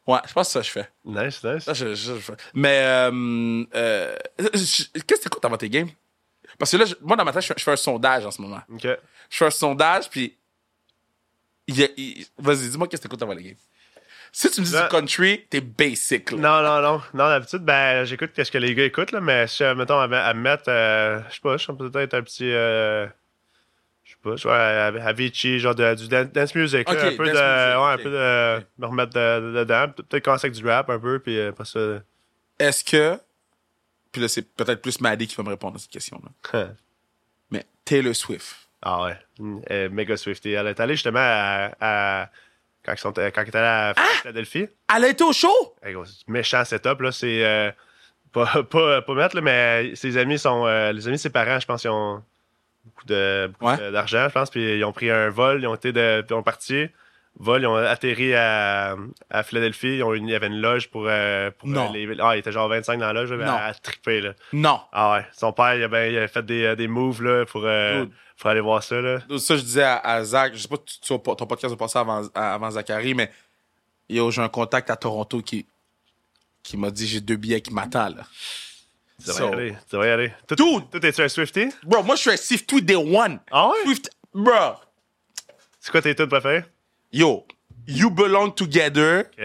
C: Ouais, je pense que ça, je fais.
A: Nice, nice.
C: Ça, Ah, je- je- je- Mais, euh, euh, je- qu'est-ce que t'écoutes avant tes games? Parce que là, je- moi, dans ma tête, je, fais- je fais un sondage en ce moment.
A: OK.
C: Je fais un sondage, puis. il y a- il- Vas-y, dis-moi qu'est-ce que t'écoutes avant les games. Si tu me dis
A: Là-
C: du country, t'es basic, là.
A: Non, non, non. Non, d'habitude, ben, j'écoute ce que les gars écoutent, là, mais si, euh, mettons, à, me- à me mettre, euh, je sais pas, je suis peut-être un petit. euh, je sais pas, je vois, euh, Avicii, genre de- du dan- dance music. là,
C: Ok,
A: un peu de.
C: dance music,
A: ouais,
C: ok.
A: un peu de. Me remettre de- de- dedans. Pe- Peut-être commencer avec du rap un peu, puis euh, après ça.
C: Est-ce que. Puis là, c'est peut-être plus Maddie qui va me répondre à cette question-là. Mais Taylor Swift.
A: ah ouais. Euh, méga Swifty. Elle est allée justement à. à- quand ils sont, euh, quand ils étaient allés à
C: Ah!
A: Philadelphie.
C: Elle a été au show?
A: Hey, gros, c'est du méchant setup, là. C'est. euh, pas, pas, pas mettre, là, mais ses amis sont. euh, les amis de ses parents, je pense, ils ont beaucoup de- beaucoup
C: Ouais.
A: de- d'argent, je pense. Puis ils ont pris un vol, ils ont été de. Ils ont parti. Vol, ils ont atterri à, à Philadelphie. Ils ont une- il y avait une loge pour. euh, pour,
C: Non.
A: euh, les- ah, il était genre 25 dans la loge, là, mais
C: Non.
A: à, à triper, là.
C: Non.
A: Ah ouais. Son père, il avait, il avait fait des, euh, des moves, là, pour, euh,
C: Dude.
A: pour aller voir ça, là.
C: Ça, je disais à, à Zach, je sais pas si tu- tu- ton podcast est passé avant, à- avant Zachary, mais yo, j'ai un contact à Toronto qui qui m'a dit j'ai deux billets qui m'attendent. là.
A: Tu devrais
C: So-
A: y aller. Tu devrais y aller. Tout,
C: Dude!
A: tout est-tu un Swifty?
C: Bro, moi je suis un Swift Tweet Day One.
A: Ah ouais?
C: Swift, bro.
A: C'est quoi tes tunes préférées?
C: Yo, You Belong Together.
A: Ok.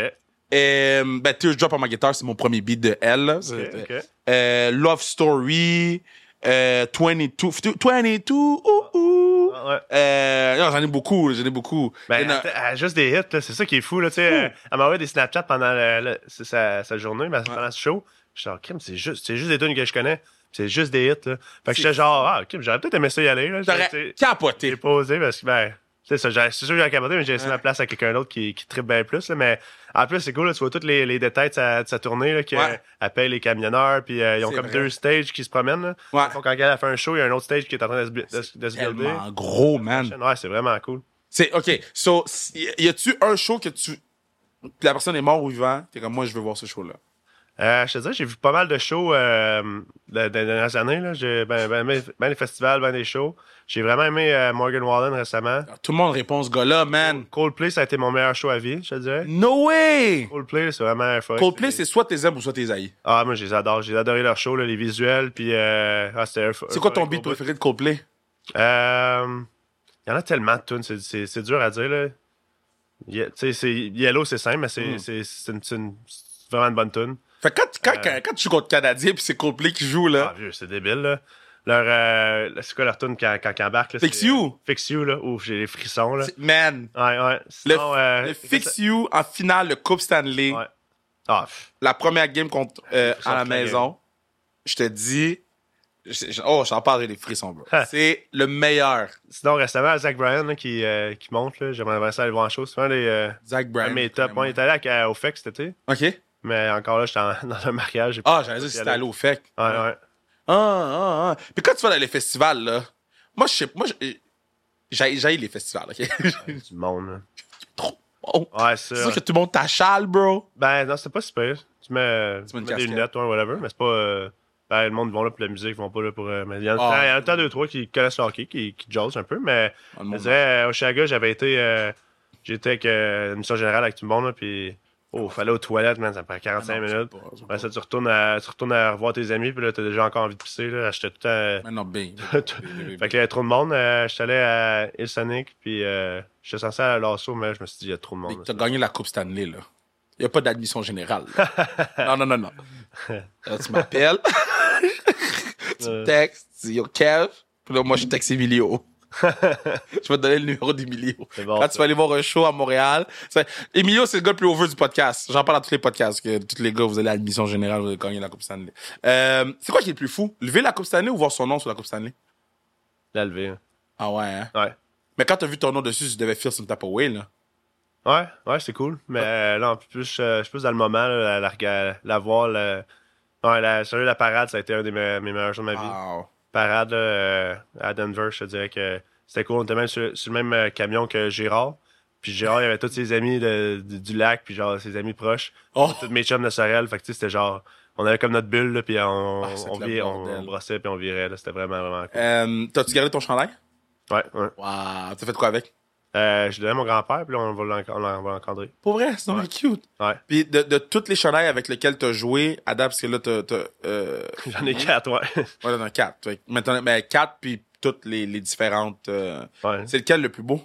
C: Euh, ben, Teardrop on my guitar, c'est mon premier beat de L. là. C'est-
A: ok.
C: Euh, Love Story. Euh, 22. 22. Ouh, ouh.
A: Ah ouais.
C: Euh, non, j'en ai beaucoup, j'en ai beaucoup.
A: Ben,
C: Il y en a-
A: attends, elle a juste des hits, là. c'est ça qui est fou. Là, tu sais, euh, elle m'envoyait des Snapchats pendant le- le- sa, sa journée, mais pendant ce show. J'étais genre, Kim, c'est juste, c'est juste des tunes que je connais. C'est juste des hits. Là. Fait que j'étais genre, ah, Kim, j'aurais peut-être aimé ça y aller. Là. J'ai-
C: T'aurais
A: tu sais,
C: capoté.
A: J'ai posé parce que, ben, c'est ça, j'ai- c'est sûr que j'ai capoté, mais j'ai laissé ma place à quelqu'un d'autre qui, qui tripe bien plus. Là, mais en plus, c'est cool, là, tu vois tous les, les détails de sa, de sa tournée, là, qu'elle
C: Ouais.
A: paye les camionneurs, puis euh, ils ont
C: C'est
A: comme
C: vrai.
A: deux stages qui se promènent. Là.
C: Ouais.
A: Dans le fond, quand elle a fait un show, il y a un autre stage qui est en train de se, bu- de, se- de se builder.
C: Tellement gros, man.
A: Ouais, c'est vraiment cool.
C: C'est, OK, so, si- y a-tu un show que tu... que La personne est morte ou vivante, t'es comme, moi, je veux voir ce show-là.
A: Euh, je te dirais, j'ai vu pas mal de shows euh, de- des dernières années. Là. J'ai ben, ben, ben, ben les festivals, ben des shows. J'ai vraiment aimé euh, Morgan Wallen récemment.
C: Alors, tout le monde répond, ce gars-là, man.
A: Coldplay, ça a été mon meilleur show à vie, je te dirais.
C: No way!
A: Coldplay, c'est vraiment un fun.
C: Coldplay, c'est soit tes aimes ou soit tes haïs.
A: Ah, moi, je les adore. J'ai adoré leur show, là, les visuels. Puis, euh, ah, c'était euph-
C: C'est quoi ton
A: euphorique
C: beat
A: au bout.
C: préféré de Coldplay?
A: Euh, Il y en a tellement de tunes, c'est, c'est, c'est dur à dire. Là. Ye- tu sais, c'est, Yellow, c'est simple, mais c'est,
C: Mm.
A: c'est, c'est, une, c'est une- c'est vraiment une bonne tune.
C: Fait que quand, quand, quand, quand tu joues contre Canadien puis c'est Coldplay qui joue,
A: Euh. Ah,
C: là,
A: vieux, c'est débile, là. Leur, euh, c'est quoi leur tune quand, quand ils embarquent? Là,
C: Fix
A: c'est-
C: You.
A: Fix You, là. Ouf, j'ai les frissons, là.
C: c'est- man,
A: Ouais, ouais.
C: le,
A: Sinon, euh,
C: le Fix You en finale, le Coupe Stanley,
A: Ouais. Ah, pff,
C: la première game contre, euh,
A: frissons
C: à la
A: de la
C: maison, je te dis, je- je- oh, j'en parle, j'ai des frissons, bro. c'est le meilleur,
A: Sinon, récemment, Zach Bryan, là, qui, euh, qui monte, là. J'aimerais ça aller voir en show. C'est vraiment les, euh,
C: Zach Bryan.
A: mes tops. On est allé à- au FEC cet été.
C: OK.
A: Mais encore là, j'étais en- dans un mariage. j'ai pas
C: Ah, j'allais dire
A: pu
C: si
A: y
C: t'es
A: aller.
C: allé au FEC.
A: Ouais, ouais.
C: Ah, ah, ah. Puis quand tu vas dans les festivals, là, moi, je sais, moi, je- j'haïs j'haïs les festivals, OK?
A: Du monde, là.
C: Trop bon.
A: Ouais, c'est
C: C'est
A: ça.
C: sûr que tout le monde t'achale, bro.
A: Ben, non, c'est pas super. Tu mets,
C: mets une
A: tu mets des
C: casquette.
A: lunettes, ouais, whatever. Mais c'est pas. euh, ben, le monde, ils vont là pour la musique, ils vont pas là pour. euh, mais il y en
C: Ah.
A: a il y en a tant deux, trois qui connaissent le hockey, qui, qui jasent un peu. Mais
C: Ah, le
A: je
C: monde-
A: dirais, euh, au Chicago, j'avais été. euh, J'étais avec euh, une mission générale avec tout le monde, là, puis. Oh, fallait aux toilettes, man, ça prend 45
C: Ah non,
A: minutes.
C: je sais pas, je sais
A: Après
C: pas.
A: ça, tu retournes, à, tu retournes à revoir tes amis, puis là, t'as déjà encore envie de pisser, là. J'étais tout le temps. euh,
C: Mais non, bien.
A: fait qu'il y avait trop de monde. euh, j'étais allé à Ilsonic, puis euh, j'étais censé aller à Lasso, mais je me suis dit, il y a trop de monde.
C: T'as gagné la Coupe Stanley, là. Il n'y a pas d'admission générale. là. non, non, non, non. Là, tu m'appelles, tu
A: Euh,
C: me textes, tu dis Yo, Kev. Puis là, moi, je texte Emilio. je vais te donner le numéro d'Emilio.
A: C'est bon,
C: Quand
A: ça.
C: tu vas aller voir un show à Montréal, c'est- Emilio, c'est le gars le plus over du podcast. J'en parle à tous les podcasts que tous les gars, vous allez à l'admission générale, vous allez gagner la Coupe Stanley. Euh, c'est quoi qui est le plus fou? Lever la Coupe Stanley ou voir son nom sur la Coupe Stanley?
A: La lever, hein.
C: Ah ouais, hein?
A: Ouais.
C: Mais quand t'as vu ton nom dessus, tu devais faire some type of way, là.
A: Ouais, ouais, c'est cool. Mais
C: Ah.
A: euh, là, en plus, euh, je suis plus dans le moment, là, la, la, rega- la voir. le- Ouais, la, sérieux, la parade, ça a été un des me- mes meilleurs jours de ma vie.
C: Wow.
A: Parade là, euh, à Denver, je te dirais que c'était cool. On était même sur, sur le même euh, camion que Gérard. Puis Gérard, il y avait tous ses amis de- du- du lac, puis genre ses amis proches.
C: Oh!
A: Tous mes chums de Sorel. Fait que tu sais, c'était genre. On avait comme notre bulle, là, puis on,
C: Ah, c'est
A: on,
C: le
A: vi- on-
C: bordel.
A: on brossait, puis on virait. là. C'était vraiment, vraiment cool.
C: Euh, T'as-tu gardé ton chandail?
A: Ouais, ouais.
C: Waouh, t'as fait quoi avec?
A: Euh, je le donnais à mon grand-père, puis là, on va l'enc- on l'en- on va l'encadrer.
C: Pour vrai, c'est vraiment cute.
A: Ouais.
C: Puis de, de toutes les chandails avec lesquels t'as joué, à date, parce que là, t'as... t'as, Euh...
A: J'en ai quatre, ouais.
C: Ouais, t'en as quatre. Fait que Maintenant, mais quatre, puis toutes les, les différentes... euh,
A: ouais.
C: C'est lequel le plus beau?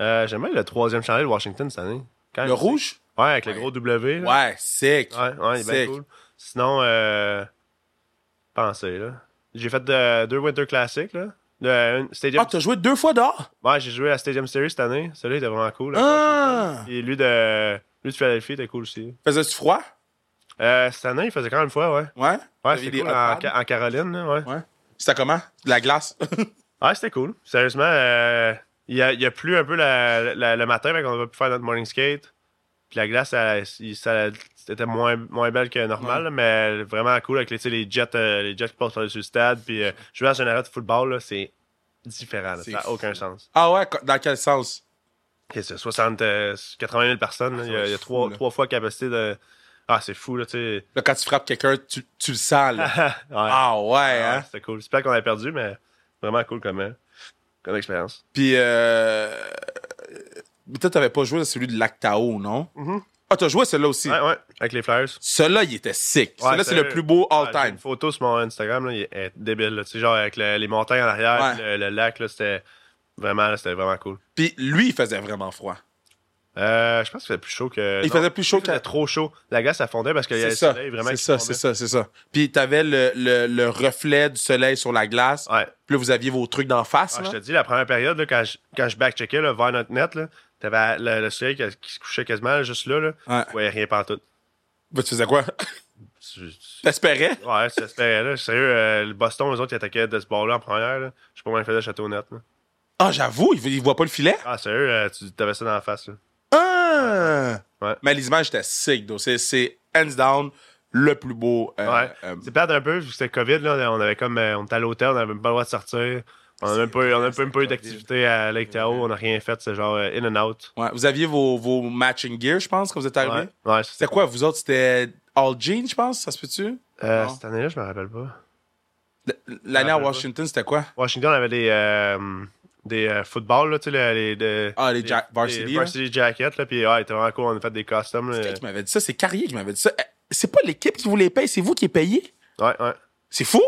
A: Euh, J'aime bien le troisième chandail de Washington cette année. Quand
C: Le
A: même,
C: rouge?
A: c'est- Ouais, avec
C: Ouais.
A: le gros W. là.
C: Ah, Ouais, sick.
A: Ouais, ouais, il est bien
C: Sick.
A: cool. Sinon, euh, pensez, là. J'ai fait de- deux Winter Classics, là. Le- un- Stadium...
C: Ah, t'as joué deux fois dehors?
A: Ouais, j'ai joué à Stadium Series cette année. Celui-là, il était vraiment cool. là.
C: Ah!
A: Et lui de... Lui de Philadelphie était cool aussi.
C: Faisais-tu froid?
A: Euh, cette année, il faisait quand même froid, ouais.
C: Ouais?
A: Ouais,
C: T'avais
A: c'était
C: des
A: cool.
C: hot
A: En,
C: pads?
A: Ca- en Caroline, là, ouais.
C: Ouais. C'était comment? De la glace?
A: Ouais, Ah, c'était cool. Sérieusement, euh, il y a, il y a plu un peu la- la- le matin, quand on va pu faire notre morning skate. Puis la glace, ça, il- ça- c'était moins, moins belle que normal, là, mais vraiment cool avec les, tu sais, les jets, euh, les jets qui passent par-dessus le stade. Puis euh, jouer dans un arrêt de football, là, c'est différent. là.
C: C'est
A: ça n'a
C: fou.
A: aucun sens.
C: ah ouais, dans quel sens?
A: Ok, c'est 60, euh, 80 000 personnes. là.
C: ça
A: il y
C: va
A: a, il y a
C: être fou,
A: trois,
C: là.
A: trois fois capacité de. Ah, c'est fou, là, tu sais.
C: Là, quand tu frappes quelqu'un, tu, tu le sens, là.
A: Ouais.
C: ah ouais,
A: Ouais,
C: hein?
A: c'était cool. J'espère qu'on a perdu, mais vraiment cool comme, euh, comme expérience.
C: Puis, euh... peut-être t'avais pas joué à celui de Lactao, non? Ah, t'as joué celle-là aussi.
A: Mm-hmm. Ouais, ouais, avec les Flyers.
C: Celui-là, il était sick.
A: Ouais,
C: celui-là, c'est le
A: sérieux.
C: plus beau
A: Ah, j'ai
C: all-time.
A: Une photo sur mon Instagram, là, il est débile. là. Tu sais, genre avec le- les montagnes en arrière,
C: Ouais.
A: le, le lac, là, c'était vraiment, là, c'était vraiment cool.
C: Puis lui, il faisait vraiment froid.
A: Euh, je pense qu'il faisait plus chaud que.
C: Il
A: non,
C: faisait plus chaud
A: il faisait
C: que-
A: trop chaud. La glace, ça fondait parce qu'il y avait
C: C'est
A: le
C: ça,
A: soleil vraiment
C: c'est
A: qui
C: ça,
A: fondait.
C: c'est ça, c'est ça. Puis t'avais le, le, le reflet du soleil sur la glace.
A: Ouais.
C: Puis là, vous aviez vos trucs d'en face.
A: Ah,
C: là.
A: je te dis, la première période, là, quand je, quand je backcheckais là, vers notre net, là, t'avais le, le soleil qui, qui se couchait quasiment là, juste là. là.
C: Ouais.
A: Tu voyais rien pantoute.
C: Bah, tu faisais quoi?
A: Tu- tu-
C: T'espérais?
A: Ouais, c'est espérait, là. Sérieux, euh, le Boston, eux autres, ils attaquaient de ce bord-là en première. là. Je sais pas comment ils faisaient le château net. là.
C: Ah, j'avoue, il, il voit pas le filet?
A: Ah, sérieux, euh, tu t'avais ça dans la face. Là.
C: Ah!
A: Ouais.
C: Mais les images étaient sick, donc c'est- c'est hands down le plus beau. euh,
A: Ouais.
C: euh,
A: C'est plate un peu, vu que c'était COVID, là. On avait comme. euh, on était à l'hôtel, on n'avait même pas le droit de sortir. On n'a même pas, eu- on a même pas eu d'activité à Lake Tahoe, on n'a rien fait, c'est genre euh, in and out.
C: ouais. Vous aviez vos, vos matching gear, je pense, quand vous êtes
A: Ouais,
C: arrivés?
A: ouais
C: C'était quoi, vous autres? C'était all jeans, je pense? Ça se peut-tu?
A: Euh,
C: Non.
A: cette année-là, je me rappelle pas.
C: L'année
A: Je me
C: à
A: rappelle
C: Washington, c'était quoi?
A: Washington avait des. euh, des euh, footballs, là, tu sais, les. les, de-
C: Ah, les
A: des-
C: ja- varsity,
A: des
C: là.
A: varsity euh, jackets, là. Puis, ouais, c'était vraiment cool, on a fait des costumes, là.
C: C'est qui m'avait dit ça? C'est Carrier qui m'avait dit ça. Euh, C'est pas l'équipe qui vous les paye, c'est vous qui les payez?
A: Ouais, ouais.
C: C'est fou?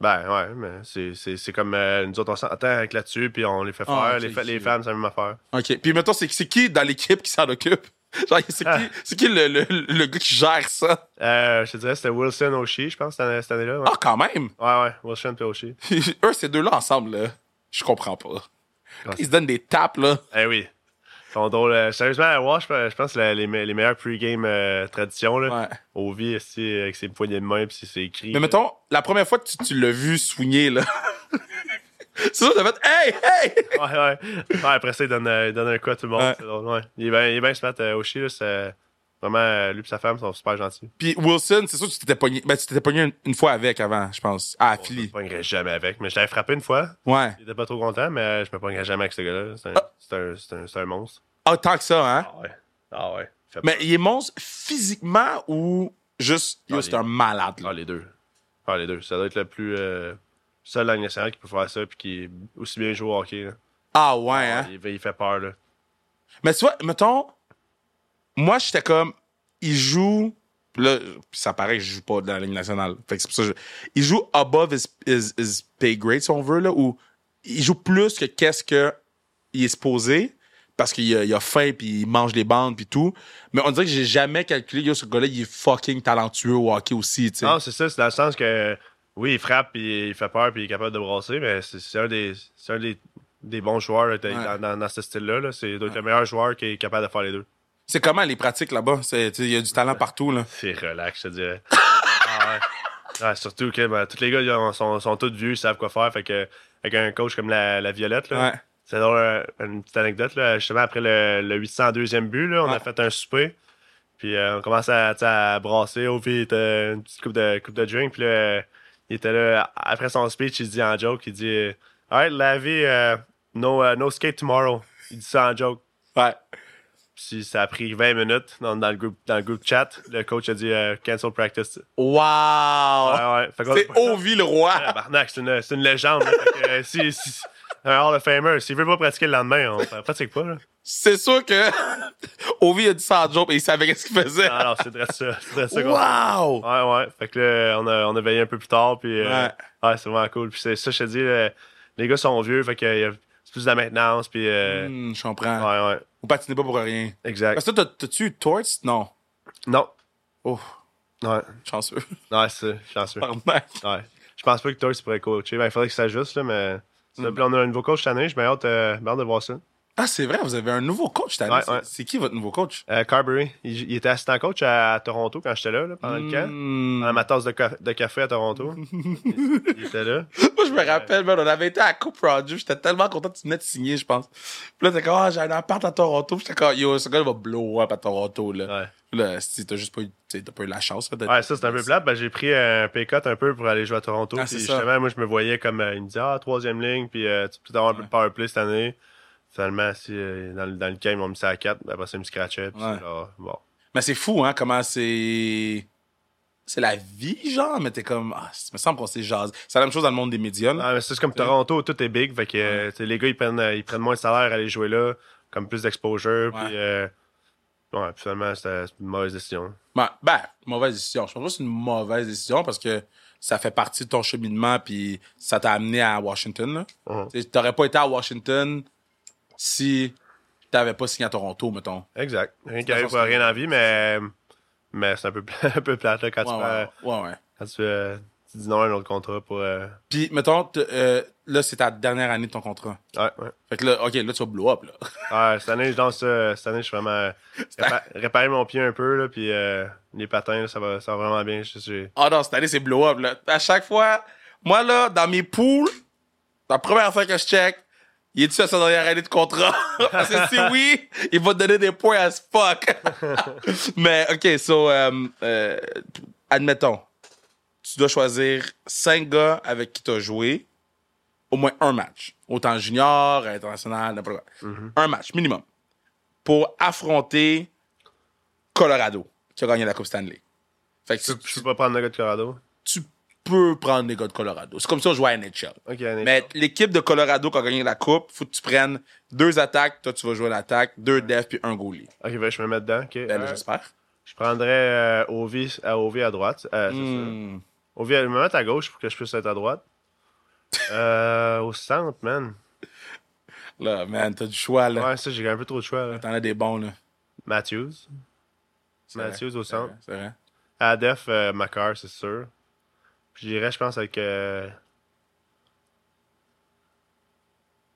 A: Ben ouais, mais c'est- c'est c'est comme euh, nous autres, on s'entend avec là-dessus, puis on les fait faire.
C: Ah, ok,
A: les, fa-
C: ok.
A: les femmes, c'est la même affaire.
C: OK. Puis mettons, c'est c'est qui dans l'équipe qui s'en occupe? Genre, c'est
A: Ah.
C: qui, c'est qui le, le, le gars qui gère ça?
A: Euh, je te dirais, c'était Wilson Oshie, je pense, cette année- cette année-là. ouais.
C: Ah, quand même!
A: Ouais, ouais, Wilson puis Oshie.
C: Eux, ces deux-là ensemble, là, je comprends pas.
A: Quand-
C: Ils se donnent des tapes, là.
A: Eh oui. Ils Sont drôles. euh, sérieusement, à Wash, je pense que la- les, me- les meilleures pre-game euh, traditions, là.
C: Ouais.
A: Au vie, ici, avec ses poignées de main, puis ses- ses cris. euh,
C: Mais mettons, la première fois que tu, tu l'as vu soigner, là. c'est ça, t'as fait Hey, hey!
A: Ouais, ouais. Ouais, après ça, il donne, euh, il donne un coup à tout le monde.
C: Ouais.
A: c'est drôle, ouais. Il est bien, il est bien smart, euh, Oshie, là. c'est- Vraiment, euh, lui et sa femme sont super gentils.
C: Puis Wilson, c'est sûr que tu t'étais pogné. Ben, tu t'étais pogné une, une fois avec avant, je pense. Ah,
A: Je me
C: Philly.
A: pognerais jamais avec, mais je l'avais frappé une fois.
C: Ouais.
A: Il était pas trop content, mais euh, je me pognerais jamais avec ce gars-là. C'est un,
C: Ah.
A: c'est un, c'est un, c'est un monstre.
C: Ah, tant que ça, hein?
A: Ah ouais. Ah ouais. Fait
C: Mais il est monstre physiquement ou juste.
A: Ah,
C: Yo, c'est
A: les-
C: un malade, là.
A: Ah, les deux. Ah, les deux. Ça doit être le plus euh, seul dans la Ligue nationale qui peut faire ça puis qui est aussi bien joué au hockey. là.
C: Ah, ouais, hein?
A: Il, il fait peur, là.
C: Mais tu vois, mettons, moi, j'étais comme, il joue. pis Là, pis ça paraît que je joue pas dans la Ligue nationale. Fait que c'est pour ça que je- Il joue above his, his- his pay grade, si on veut, là, ou il joue plus que qu'est-ce que il est supposé, parce qu'il a, il a faim, puis il mange des bandes, puis tout. Mais on dirait que j'ai jamais calculé, yo, ce gars-là, il est fucking talentueux au hockey aussi, tu sais.
A: Non, c'est ça. C'est dans le sens que, oui, il frappe puis il fait peur puis il est capable de brasser, mais c'est c'est un des, c'est un des, des bons joueurs là, dans, dans- dans ce style-là. là. C'est doit être le meilleur joueur qui est capable de faire les deux.
C: C'est comment les pratiques là-bas? C'est- tu sais, Il y a du talent partout, là.
A: C'est relax, je te dirais. ah ouais. Ouais, surtout que ben, tous les gars ils ont- sont, sont tous vieux, ils savent quoi faire. Fait que, avec un coach comme la, la Violette, là,
C: Ouais.
A: c'est drôle, euh, une petite anecdote. Là, justement, après le, le 802e e but, là, on
C: Ouais.
A: a fait un souper. Puis euh, on commence à, tu sais, à brasser. Au pire, il était une petite coupe de, coupe de drink. Puis là, euh, il était là, après son speech, il dit en joke, il dit euh, « Alright, Lavi, euh, no, euh, no skate tomorrow. » Il dit ça en joke.
C: Ouais.
A: Puis ça a pris 20 minutes dans, dans le, groupe, dans le groupe chat. Le coach a dit euh, cancel practice.
C: Wow!
A: Ouais, ouais. Fait que-
C: Ah, C'est Ovi le roi!
A: Tabarnak, c'est une, c'est une légende. là. Fait que, euh, si, si- un Hall of Famer, s'il veut pas pratiquer le lendemain, on pratique pas. Là.
C: C'est sûr que Ovi a dit ça en joke et il savait qu'est-ce qu'il faisait.
A: Non, non, c'est très ça. Ah, C'est Ah. très ça qu'on-
C: Wow!
A: Ouais, ouais. Fait que là, on a, on a veillé un peu plus tard. Puis, euh,
C: Ouais.
A: ouais. c'est vraiment cool. Puis c'est ça, je te dis, le- les gars sont vieux. Fait que euh, y a- c'est plus de la maintenance. Puis, euh,
C: Hmm, je comprends.
A: ouais, ouais.
C: Vous patinez pas pour rien.
A: Exact.
C: Parce que toi, t'as- t'as-tu torts? Non.
A: Non.
C: Oh,
A: Ouais.
C: chanceux.
A: Ouais, c'est chanceux.
C: Pardon.
A: Ouais. Je pense pas que Torx pourrait coacher. Ben, il faudrait que ça ajuste, là, mais. Là,
C: Mm.
A: puis on a un nouveau coach cette année, je me hâte, euh, j'ai hâte de voir ça.
C: Ah, c'est vrai, vous avez un nouveau coach, t'as
A: Ouais,
C: dit. C'est-
A: ouais.
C: C'est qui votre nouveau coach?
A: Euh, Carberry, il, il était assistant coach à, Toronto quand j'étais là, là, pendant le camp.
C: Hmm.
A: Dans ma tasse de, ca- de café à Toronto. il, il était là.
C: Moi, je me rappelle, man, on avait été à la Coupe Roger, j'étais tellement content que tu venais de signer, je pense. Puis là, t'es comme, ah, j'ai un appart à Toronto. J'étais comme, yo, ce gars, il va blow up à Toronto, là.
A: Ouais,
C: Puis Là, si t'as juste pas eu, t'sais, t'as pas eu la chance, là, d'être-
A: ouais ça c'était un peu plate. Ben, j'ai pris un pay cut un peu pour aller jouer à Toronto.
C: Ah,
A: puis
C: c'est ça.
A: justement, moi je me voyais comme euh, il me disait Ah, troisième ligne, puis euh, tu peux avoir un peu de power play cette année. Finalement, si euh, dans, le- dans le game, on me mis à 4, après ça, ils me scratchaient. Puis
C: Ouais.
A: c'est genre, bon.
C: Mais c'est fou, hein, comment c'est. C'est la vie, genre, mais t'es comme. Ah, il me semble qu'on s'est jasé. C'est la même chose dans le monde des médias, là.
A: Ah, mais c'est comme Toronto, tout est big. Fait que euh, tu sais, les gars, ils prennent, euh, ils prennent moins de salaire à aller jouer là, comme plus d'exposure.
C: Ouais.
A: Puis, euh, Ouais, puis finalement, c'était une mauvaise décision.
C: Ben, ben, mauvaise décision. Je pense pas que c'est une mauvaise décision parce que ça fait partie de ton cheminement puis ça t'a amené à Washington. là.
A: Mhm.
C: Tu sais, T'aurais pas été à Washington si t'avais pas signé à Toronto, mettons.
A: Exact. Rien qui
C: la
A: arrive
C: force
A: pour
C: de-
A: rien dans la vie, mais, mais c'est un peu, un peu plate là, quand,
C: Ouais,
A: tu,
C: ouais,
A: fais-
C: ouais, ouais.
A: quand tu, euh, tu dis non à un autre contrat pour. euh,
C: Puis, mettons, t- euh, là, c'est ta dernière année de ton contrat.
A: Ouais, ouais.
C: Fait que là, OK, là, tu vas blow up, là.
A: Ouais, cette année, je danse ça. Cette année, je suis vraiment. euh, répa- réparer mon pied un peu, là, puis euh, les patins, là, ça, va, ça va vraiment bien. Je- j'ai-
C: Ah non, cette année, c'est blow up, là. À chaque fois, moi, là, dans mes pools, la première fois que je check, il est-tu à sa dernière année de contrat? Parce que si oui, il va te donner des points as fuck. Mais, OK, so, euh, euh, admettons, tu dois choisir cinq gars avec qui tu as joué au moins un match. Autant junior, international, n'importe quoi. Un match minimum pour affronter Colorado, qui a gagné la Coupe Stanley. Fait que
A: Je
C: tu-
A: peux- je peux pas prendre le gars de Colorado.
C: tu peux prendre les gars de Colorado. C'est comme ça on joue à NHL.
A: Ok, NHL.
C: Mais l'équipe de Colorado qui a gagné la coupe, faut que tu prennes deux attaques, toi tu vas jouer l'attaque, deux def puis un goalie.
A: Ok, ben, je me mets dedans. ok.
C: Ben,
A: Euh,
C: j'espère.
A: je prendrais euh, Ovi à Ovi à droite. Euh, c'est ça.
C: Hmm.
A: Ovi, à- me mettre à gauche pour que je puisse être à droite. Euh, au centre, man.
C: Là, man, t'as du choix, là.
A: Ouais, ça, j'ai un peu trop de choix. Là.
C: T'en as des bons, là.
A: Matthews.
C: C'est
A: Matthews au
C: C'est vrai,
A: centre.
C: C'est vrai.
A: À la def, euh, Makar, c'est sûr. Puis j'irais, je pense, avec. euh,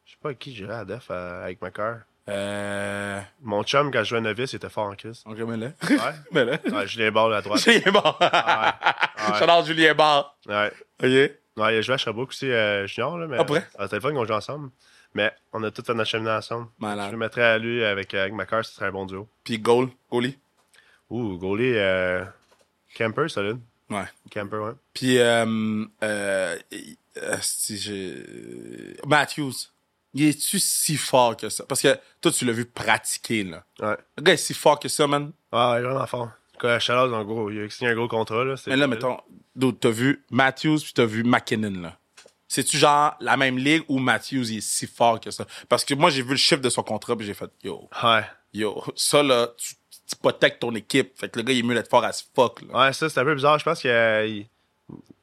A: Je sais pas avec qui j'irais à la def euh, avec Makar.
C: Euh...
A: Mon chum, quand je jouais novice, il était fort en crise.
C: OK, mais là.
A: Ouais.
C: mais là.
A: ouais Julien Ball à droite.
C: Julien Barre.
A: ouais.
C: J'adore Julien Barre.
A: Ouais.
C: OK.
A: Ouais, il a joué à Sherbrooke aussi, euh, junior, là, mais
C: Ah, pour vrai?
A: à téléphone qu'on joue ensemble. Mais on a tout fait notre chemin ensemble.
C: Malade.
A: Je le mettrais à lui avec, avec Makar, ce serait un bon duo.
C: Puis goal, goalie.
A: Ouh, goalie, euh, Camper, solide.
C: Ouais.
A: Camper, ouais.
C: Puis, euh, euh, euh, si j'ai- Matthews, il est-tu si fort que ça? Parce que toi, tu l'as vu pratiquer, là.
A: Ouais.
C: Le gars est si fort que ça, man.
A: Ah, il est vraiment fort. Quoi, Chalas, en gros, il a signé un gros contrat, là. c'est-
C: Mais là, mettons, dude, t'as vu Matthews puis t'as vu McKinnon, là. C'est-tu genre la même ligue où Matthews il est si fort que ça? Parce que moi, j'ai vu le chiffre de son contrat puis j'ai fait, yo,
A: Ouais.
C: yo, ça, là, tu tu protèges ton équipe. Fait que le gars, il est mieux d'être fort à ce fuck, là.
A: Ouais, ça, c'est un peu bizarre. Je pense qu'il. il-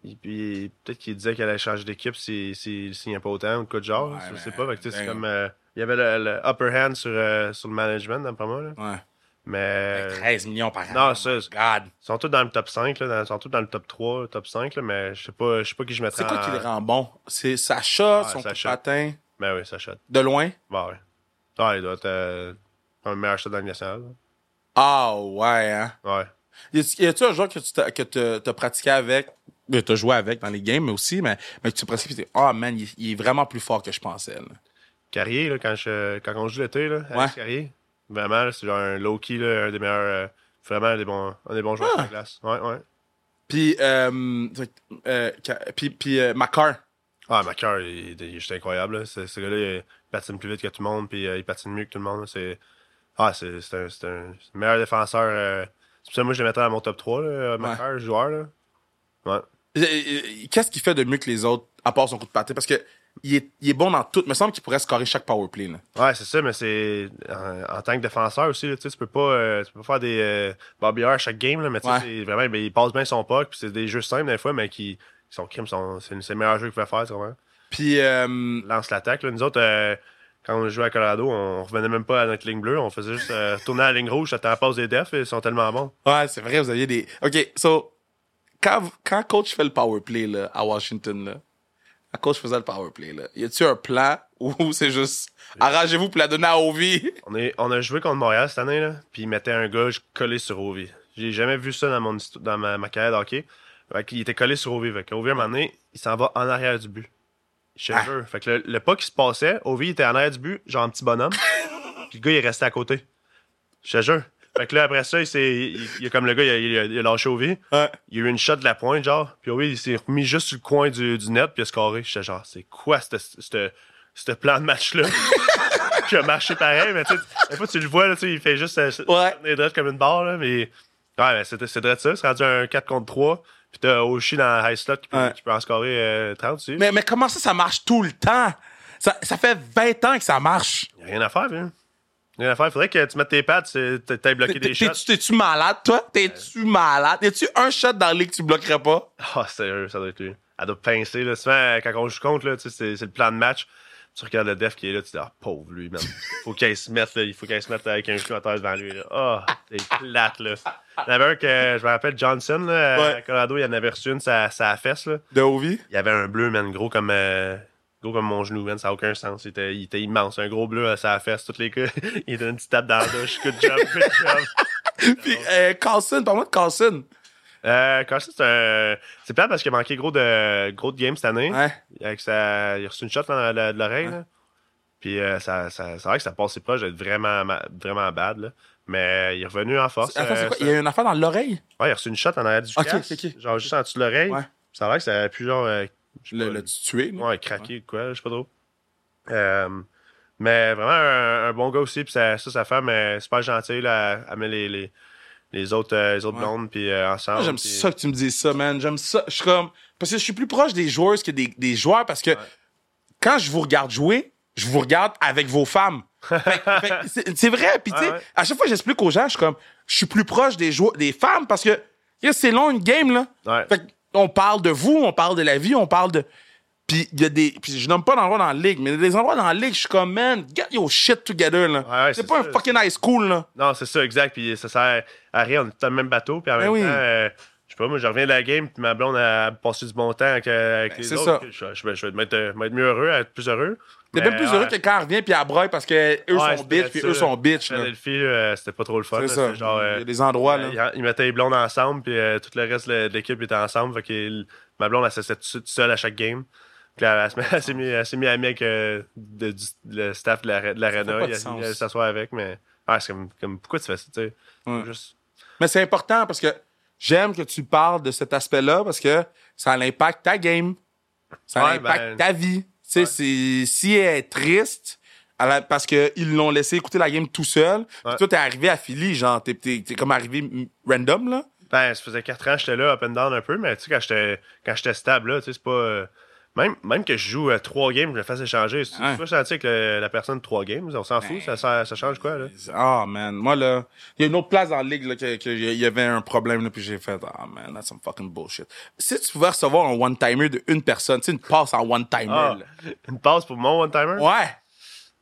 A: il- il- Peut-être qu'il disait qu'il allait changer d'équipe s'il si, s'il signait pas autant ou de quoi de genre.
C: Ouais,
A: je sais
C: mais-
A: pas. Fait que, tu sais, c'est
C: ben-
A: comme. euh, il y avait le, le upper hand sur, euh, sur le management, d'après moi. Là.
C: Ouais.
A: Mais.
C: 13 millions par
A: Euh,
C: an.
A: non,
C: Oh
A: ça,
C: my
A: c'est-
C: God.
A: Ils sont tous dans le top 5, là, dans- ils sont tous dans le top 3, top 5, là, mais je sais pas, je sais pas qui je mettrais
C: C'est quoi
A: en-
C: qui les rend bons? C'est Sacha,
A: Ouais,
C: son
A: Sacha.
C: patin,
A: Mais Ben oui, ça shot.
C: de loin.
A: Bah ouais. Ah, il doit être euh, un meilleur shot dans le national.
C: Ah ouais, hein?
A: là. Ouais.
C: Y a-tu- y a-tu un joueur que tu t'as, que t'as- t'as pratiqué avec, que t'as joué avec dans les games, mais aussi, mais, mais que tu pratiques, pis t'es, ah man, il, il est vraiment plus fort que je pensais, là.
A: Carrier, là, quand, je, quand on joue l'été, là, Alex
C: Ouais.
A: Carrier, vraiment, là, c'est genre un low-key, là, un des meilleurs, euh, vraiment un des bons, un des bons joueurs de
C: Ah.
A: la classe. Ouais, ouais.
C: Puis, euh, euh, ca- puis, puis euh, Macar.
A: Ah, Macar, il, il est juste incroyable. là. Ce, ce gars-là, il patine plus vite que tout le monde, puis euh, il patine mieux que tout le monde. là. C'est ah, c'est c'est un, c'est un c'est le meilleur défenseur. euh. C'est pour ça que moi, je le mettrais dans mon top 3, là, Macar, joueur. Là. Ouais.
C: Euh, euh, Qu'est-ce qu'il fait de mieux que les autres, à part son coup de patin? Parce que il est, il est bon dans tout. Il me semble qu'il pourrait scorer chaque power play, là.
A: Ouais, c'est ça, mais c'est en, en tant que défenseur aussi, là, tu sais, tu peux pas, euh, tu peux pas faire des euh, Bobby Orr à chaque game, là, mais tu sais,
C: Ouais.
A: c'est vraiment, ben, il passe bien son puck, puis c'est des jeux simples des fois, mais qui qui sont crimes, sont, c'est c'est le meilleur jeu qu'il pouvait faire, tu comprends?
C: Puis, euh,
A: Lance l'attaque, là. Nous autres, euh, quand on jouait à Colorado, on revenait même pas à notre ligne bleue, on faisait juste euh, tourner à la ligne rouge, j'attends la passe des defs, et ils sont tellement bons.
C: ouais, c'est vrai, vous aviez des. OK, so, quand, quand coach fait le power play, là, à Washington, là, quand coach faisait le power play, là, y a-tu un plan où c'est juste arrangez-vous pour la donner à Ovi?
A: On, est, on a joué contre Montréal cette année, là, puis ils mettaient un gars collé sur Ovi. J'ai jamais vu ça dans, mon, histo- dans ma, ma carrière de hockey. Fait qu'il était collé sur Ovi. Fait qu'Ovi, à un moment donné, il s'en va en arrière du but. Je te
C: Ah.
A: jure. Fait que le, le pas qui se passait, Ovi était en arrière du but, genre un petit bonhomme. puis le gars, il est resté à côté. Je te jure. Fait que là, après ça, il, s'est- il, il a comme le gars, il a, il a- il a lâché Ovi. Il y a eu une shot de la pointe, genre. Puis oui, il s'est remis juste sur le coin du, du net, puis il a scoré. J'étais genre, c'est quoi ce- ce ce plan de match-là? qui a marché pareil, mais tu sais, des fois, tu le vois, là, tu sais, il fait juste euh, se-
C: Ouais.
A: se tenir droite comme une barre, là, mais. Ouais, mais c'est c'est drôle de ça. C'est rendu un 4 contre 3. Puis t'as Oshi dans high slot qui peut,
C: Ouais.
A: qui peut en scorer euh, 30, tu sais.
C: Mais, mais comment ça, ça marche tout le temps? Ça, ça fait 20 ans que ça marche.
A: Y a rien à faire, hein. Rien à faire. Faudrait que tu mettes tes pattes, c'est- t'as- t'as bloqué
C: T'es-
A: des
C: t'es-
A: shots.
C: T'es-tu t'es-tu malade, toi? T'es-tu malade? Y'a-tu un shot dans la ligue que tu bloquerais pas?
A: Ah, sérieux, ça doit être lui. Elle doit pincer. Là. Souvent, euh, quand on joue contre, là, tu sais, c'est c'est le plan de match. Tu regardes le def qui est là, tu dis, ah, pauvre lui, man. Faut qu'il se mette, là. Il faut qu'il se mette avec un clou à terre devant lui, là. Ah, t'es plate, là. Il y en avait un que, euh, je me rappelle, Johnson, là,
C: Ouais.
A: à Colorado, il en avait reçu une, sa, sa fesse, là.
C: De Ovi?
A: Il y avait un bleu, man, gros comme, euh, gros comme mon genou, man. Ça n'a aucun sens. Il était, il était immense. Un gros bleu à sa fesse, toutes les gars. il était une petite tape dans la douche. Good job, good job.
C: Puis euh, Carlson, parle-moi de Carlson.
A: Euh, Carson, c'est un. C'est plate parce qu'il a manqué gros de, gros de game cette année.
C: Ouais.
A: Avec sa... Il a reçu une shot dans la- de l'oreille. là. Puis euh, ça, ça, c'est vrai que ça passait proche d'être vraiment, ma- vraiment bad. Là. Mais euh, il est revenu en force.
C: Attends, c'est
A: euh,
C: quoi?
A: ça-
C: Il y a une affaire dans l'oreille?
A: Ouais, il a reçu une shot en arrière du
C: Ok,
A: casque,
C: ok, ok.
A: Genre juste en dessous de l'oreille.
C: Ouais.
A: Ça a l'air que ça a pu genre. euh, je sais
C: Le,
A: pas,
C: le tué, là.
A: ouais, craqué ou quoi, je sais pas trop. Euh, mais vraiment un, un bon gars aussi. Puis ça, ça, sa femme est super gentille. Là, elle met les, les, les autres, euh, les autres
C: Ouais.
A: blondes puis, euh, ensemble.
C: Moi, J'aime
A: puis-
C: ça que tu me dises ça, man. J'aime ça. Je suis comme. Parce que je suis plus proche des joueuses que des, des joueurs parce que quand je vous regarde jouer, je vous regarde avec vos femmes. Fait que- fait que c'est c'est vrai. Puis, tu sais,
A: Ouais, ouais.
C: à chaque fois que j'explique aux gens, je suis comme. Je suis plus proche des, joueurs, des femmes parce que yeah, c'est long une game, là.
A: Ouais.
C: Fait que on parle de vous, on parle de la vie, on parle de. Puis, il y a des. Puis, je nomme pas d'endroits dans la ligue, mais il y a des endroits dans la ligue, je suis comme, man, get your shit together, là.
A: Ouais, ouais,
C: c'est
A: c'est
C: pas un
A: ça.
C: fucking high school, là.
A: Non, c'est ça, exact. Puis ça sert à rien. On est dans le même bateau. Puis en
C: Ben
A: même
C: oui.
A: temps, euh, je sais pas, moi, je reviens de la game. Puis ma blonde a passé du bon temps avec, euh, avec les
C: Ben, c'est
A: autres.
C: ça.
A: puis Je, je vais- je vais m'être euh, m'être mieux heureux, être plus heureux.
C: T'es
A: Mais,
C: bien plus
A: Ben, ouais,
C: heureux que quand elle revient puis elle broye parce que eux
A: Ouais,
C: sont
A: c'était
C: bitch puis
A: ça,
C: eux
A: là.
C: sont bitch. là.
A: Philadelphie, euh, c'était pas trop le fun. là.
C: C'est ça.
A: C'était Genre,
C: Il y
A: euh,
C: a des endroits Ah, là.
A: ils- ils mettaient les blondes ensemble. Puis euh, tout le reste de de l'équipe était ensemble. Fait que il- ma blonde, elle s'est toute seule à chaque game. Puis elle, elle se met- elle s'est mis, elle s'est mis amie avec euh, de- du- le staff de la- de
C: Ça fait
A: l'arena.
C: pas
A: Il
C: de
A: elle
C: sens.
A: elle s'assoit avec. Mais ouais, c'est comme, comme pourquoi tu fais ça, tu sais?
C: Ouais.
A: Juste-
C: Mais c'est important parce que j'aime que tu parles de cet aspect-là parce que ça impacte ta game, ça
A: Ouais, ben,
C: impacte ta vie. Tu sais,
A: ouais.
C: c'est- si elle est triste à la- parce qu'ils l'ont laissé écouter la game tout seul, puis
A: Ouais.
C: toi t'es arrivé à Philly, genre t'es t'es- t'es comme arrivé mm, random là.
A: Ben, ça faisait 4 ans que j'étais là, up and down un peu, mais tu sais, quand j'étais, quand j'étais stable, là, tu sais, c'est pas. euh, même, même que je joue euh, trois games, je le fasse échanger. Si
C: Ouais. Ben,
A: tu vas sentir que le- la personne trois games, on s'en fout, ça, ça, ça change quoi, là?
C: Ah, man. Moi, là, il y a une autre place dans la ligue, là, que, que y y avait un problème, là, puis j'ai fait, ah, man, that's some fucking bullshit. Si tu pouvais recevoir un one-timer de une personne, tu sais, une passe en one-timer,
A: Ah,
C: là.
A: une passe pour mon one-timer?
C: Ouais.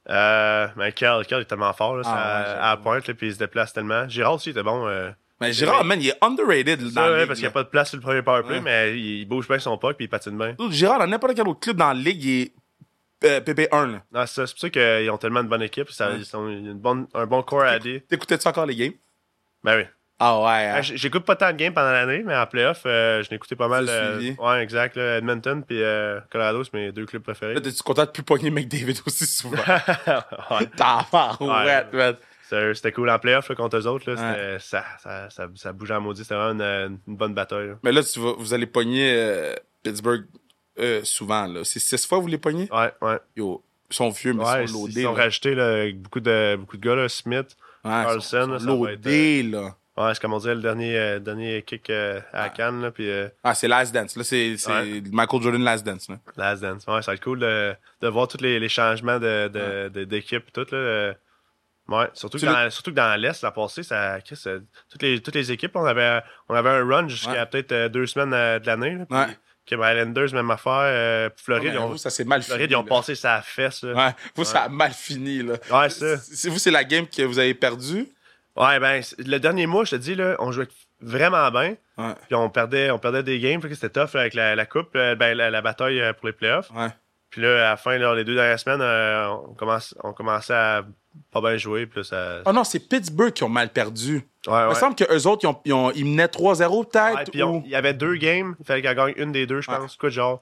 A: Euh, mais Kel, Kel est tellement fort, là,
C: Ah,
A: ça-
C: ouais, j'avoue.
A: à la pointe, là, puis il se déplace tellement. Girard aussi, il était bon. euh,
C: Mais Gérard, man, il est underrated, là,
A: ça,
C: dans la
A: ouais,
C: ligue,
A: parce qu'il n'y
C: là.
A: a pas de place sur le premier power play,
C: Ouais.
A: mais il, il bouge bien son puck, puis il patine bien.
C: Dude, Gérard, dans n'importe quel autre club dans la ligue, il est euh, PP1, là.
A: Non, c'est, ça, c'est pour ça qu'ils ont tellement de bonne équipe, ça,
C: Ouais.
A: ils ont une bonne, un bon corps à aider.
C: T'écoutais-tu encore les games?
A: Ben oui.
C: Ah, ouais.
A: Ah,
C: hein.
A: j- J'écoute pas tant de games pendant l'année, mais en playoff, euh, je n'écoutais pas mal.
C: T'as
A: euh,
C: suivi.
A: ouais, exact. là, Edmonton puis euh, Colorado, c'est mes deux clubs
C: Là,
A: préférés.
C: t'es-tu content de plus pogner McDavid aussi souvent?
A: Ouais,
C: T'as ouais,
A: Ouais.
C: man.
A: sérieux, C'était cool en playoff là, contre eux autres. Là,
C: Ouais.
A: c'était- ça, ça, ça, ça bougeait en maudit. C'était vraiment une, une bonne bataille. là.
C: Mais là, tu vas, vous allez pogner euh, Pittsburgh euh, souvent, là. C'est six fois que vous les pognez?
A: Ouais, ouais.
C: Yo, ils sont vieux, mais
A: ouais
C: ils
A: ils,
C: sont loadés.
A: ils ont
C: là.
A: rajouté là, avec beaucoup de, beaucoup de gars. Là, Smith.
C: Ouais, ils sont-
A: Carlson,
C: ils sont
A: ça va euh,
C: loadés, là.
A: Ouais, c'est comme on disait, le dernier, euh, dernier kick euh, à la Cannes. Là, puis euh,
C: Ah, c'est Last Dance. Là, c'est c'est
A: Ouais.
C: Michael Jordan Last Dance. Là.
A: Last Dance. Ouais, ça va être cool de, de voir tous les, les changements de, de, de- d'équipe et tout. Là. Euh, Ouais, surtout que,
C: Ah. Tu le-
A: dans, surtout que dans l'Est, la passée, ça, Chris, euh, toutes, les, toutes les équipes, on avait, on avait un run jusqu'à
C: Ouais.
A: peut-être euh, deux semaines euh, de l'année. là, puis
C: Ouais.
A: Kim Islanders, même affaire. euh, puis Floride,
C: Ouais,
A: ils ont,
C: vous, ça s'est mal fini.
A: Floride, ils ont
C: là.
A: passé sa fesse. là.
C: Ouais, vous, ça a mal fini. Là.
A: Ouais, ça.
C: Si vous, c'est la game que vous avez perdue.
A: Ouais, ben, c'est- le dernier mois, je te dis, là, on jouait vraiment bien.
C: Ouais.
A: Puis on perdait, on perdait des games. fait que C'était tough là, avec la, la coupe, euh, ben, la, la bataille euh, pour les playoffs.
C: Ouais.
A: Puis là, à la fin, là, les deux dernières semaines, euh, on, commence, on commençait à pas bien jouer. Puis là, ça.
C: Oh non, c'est Pittsburgh qui ont mal perdu.
A: Ouais,
C: Il me
A: Ah ouais.
C: semble qu'eux autres, ils, ont, ils, ont- ils menaient 3-0
A: Ouais,
C: peut-être.
A: puis on-
C: ou...
A: il y avait deux games, il fallait qu'elle gagne une des deux, je
C: Ouais.
A: pense. Quoi de genre?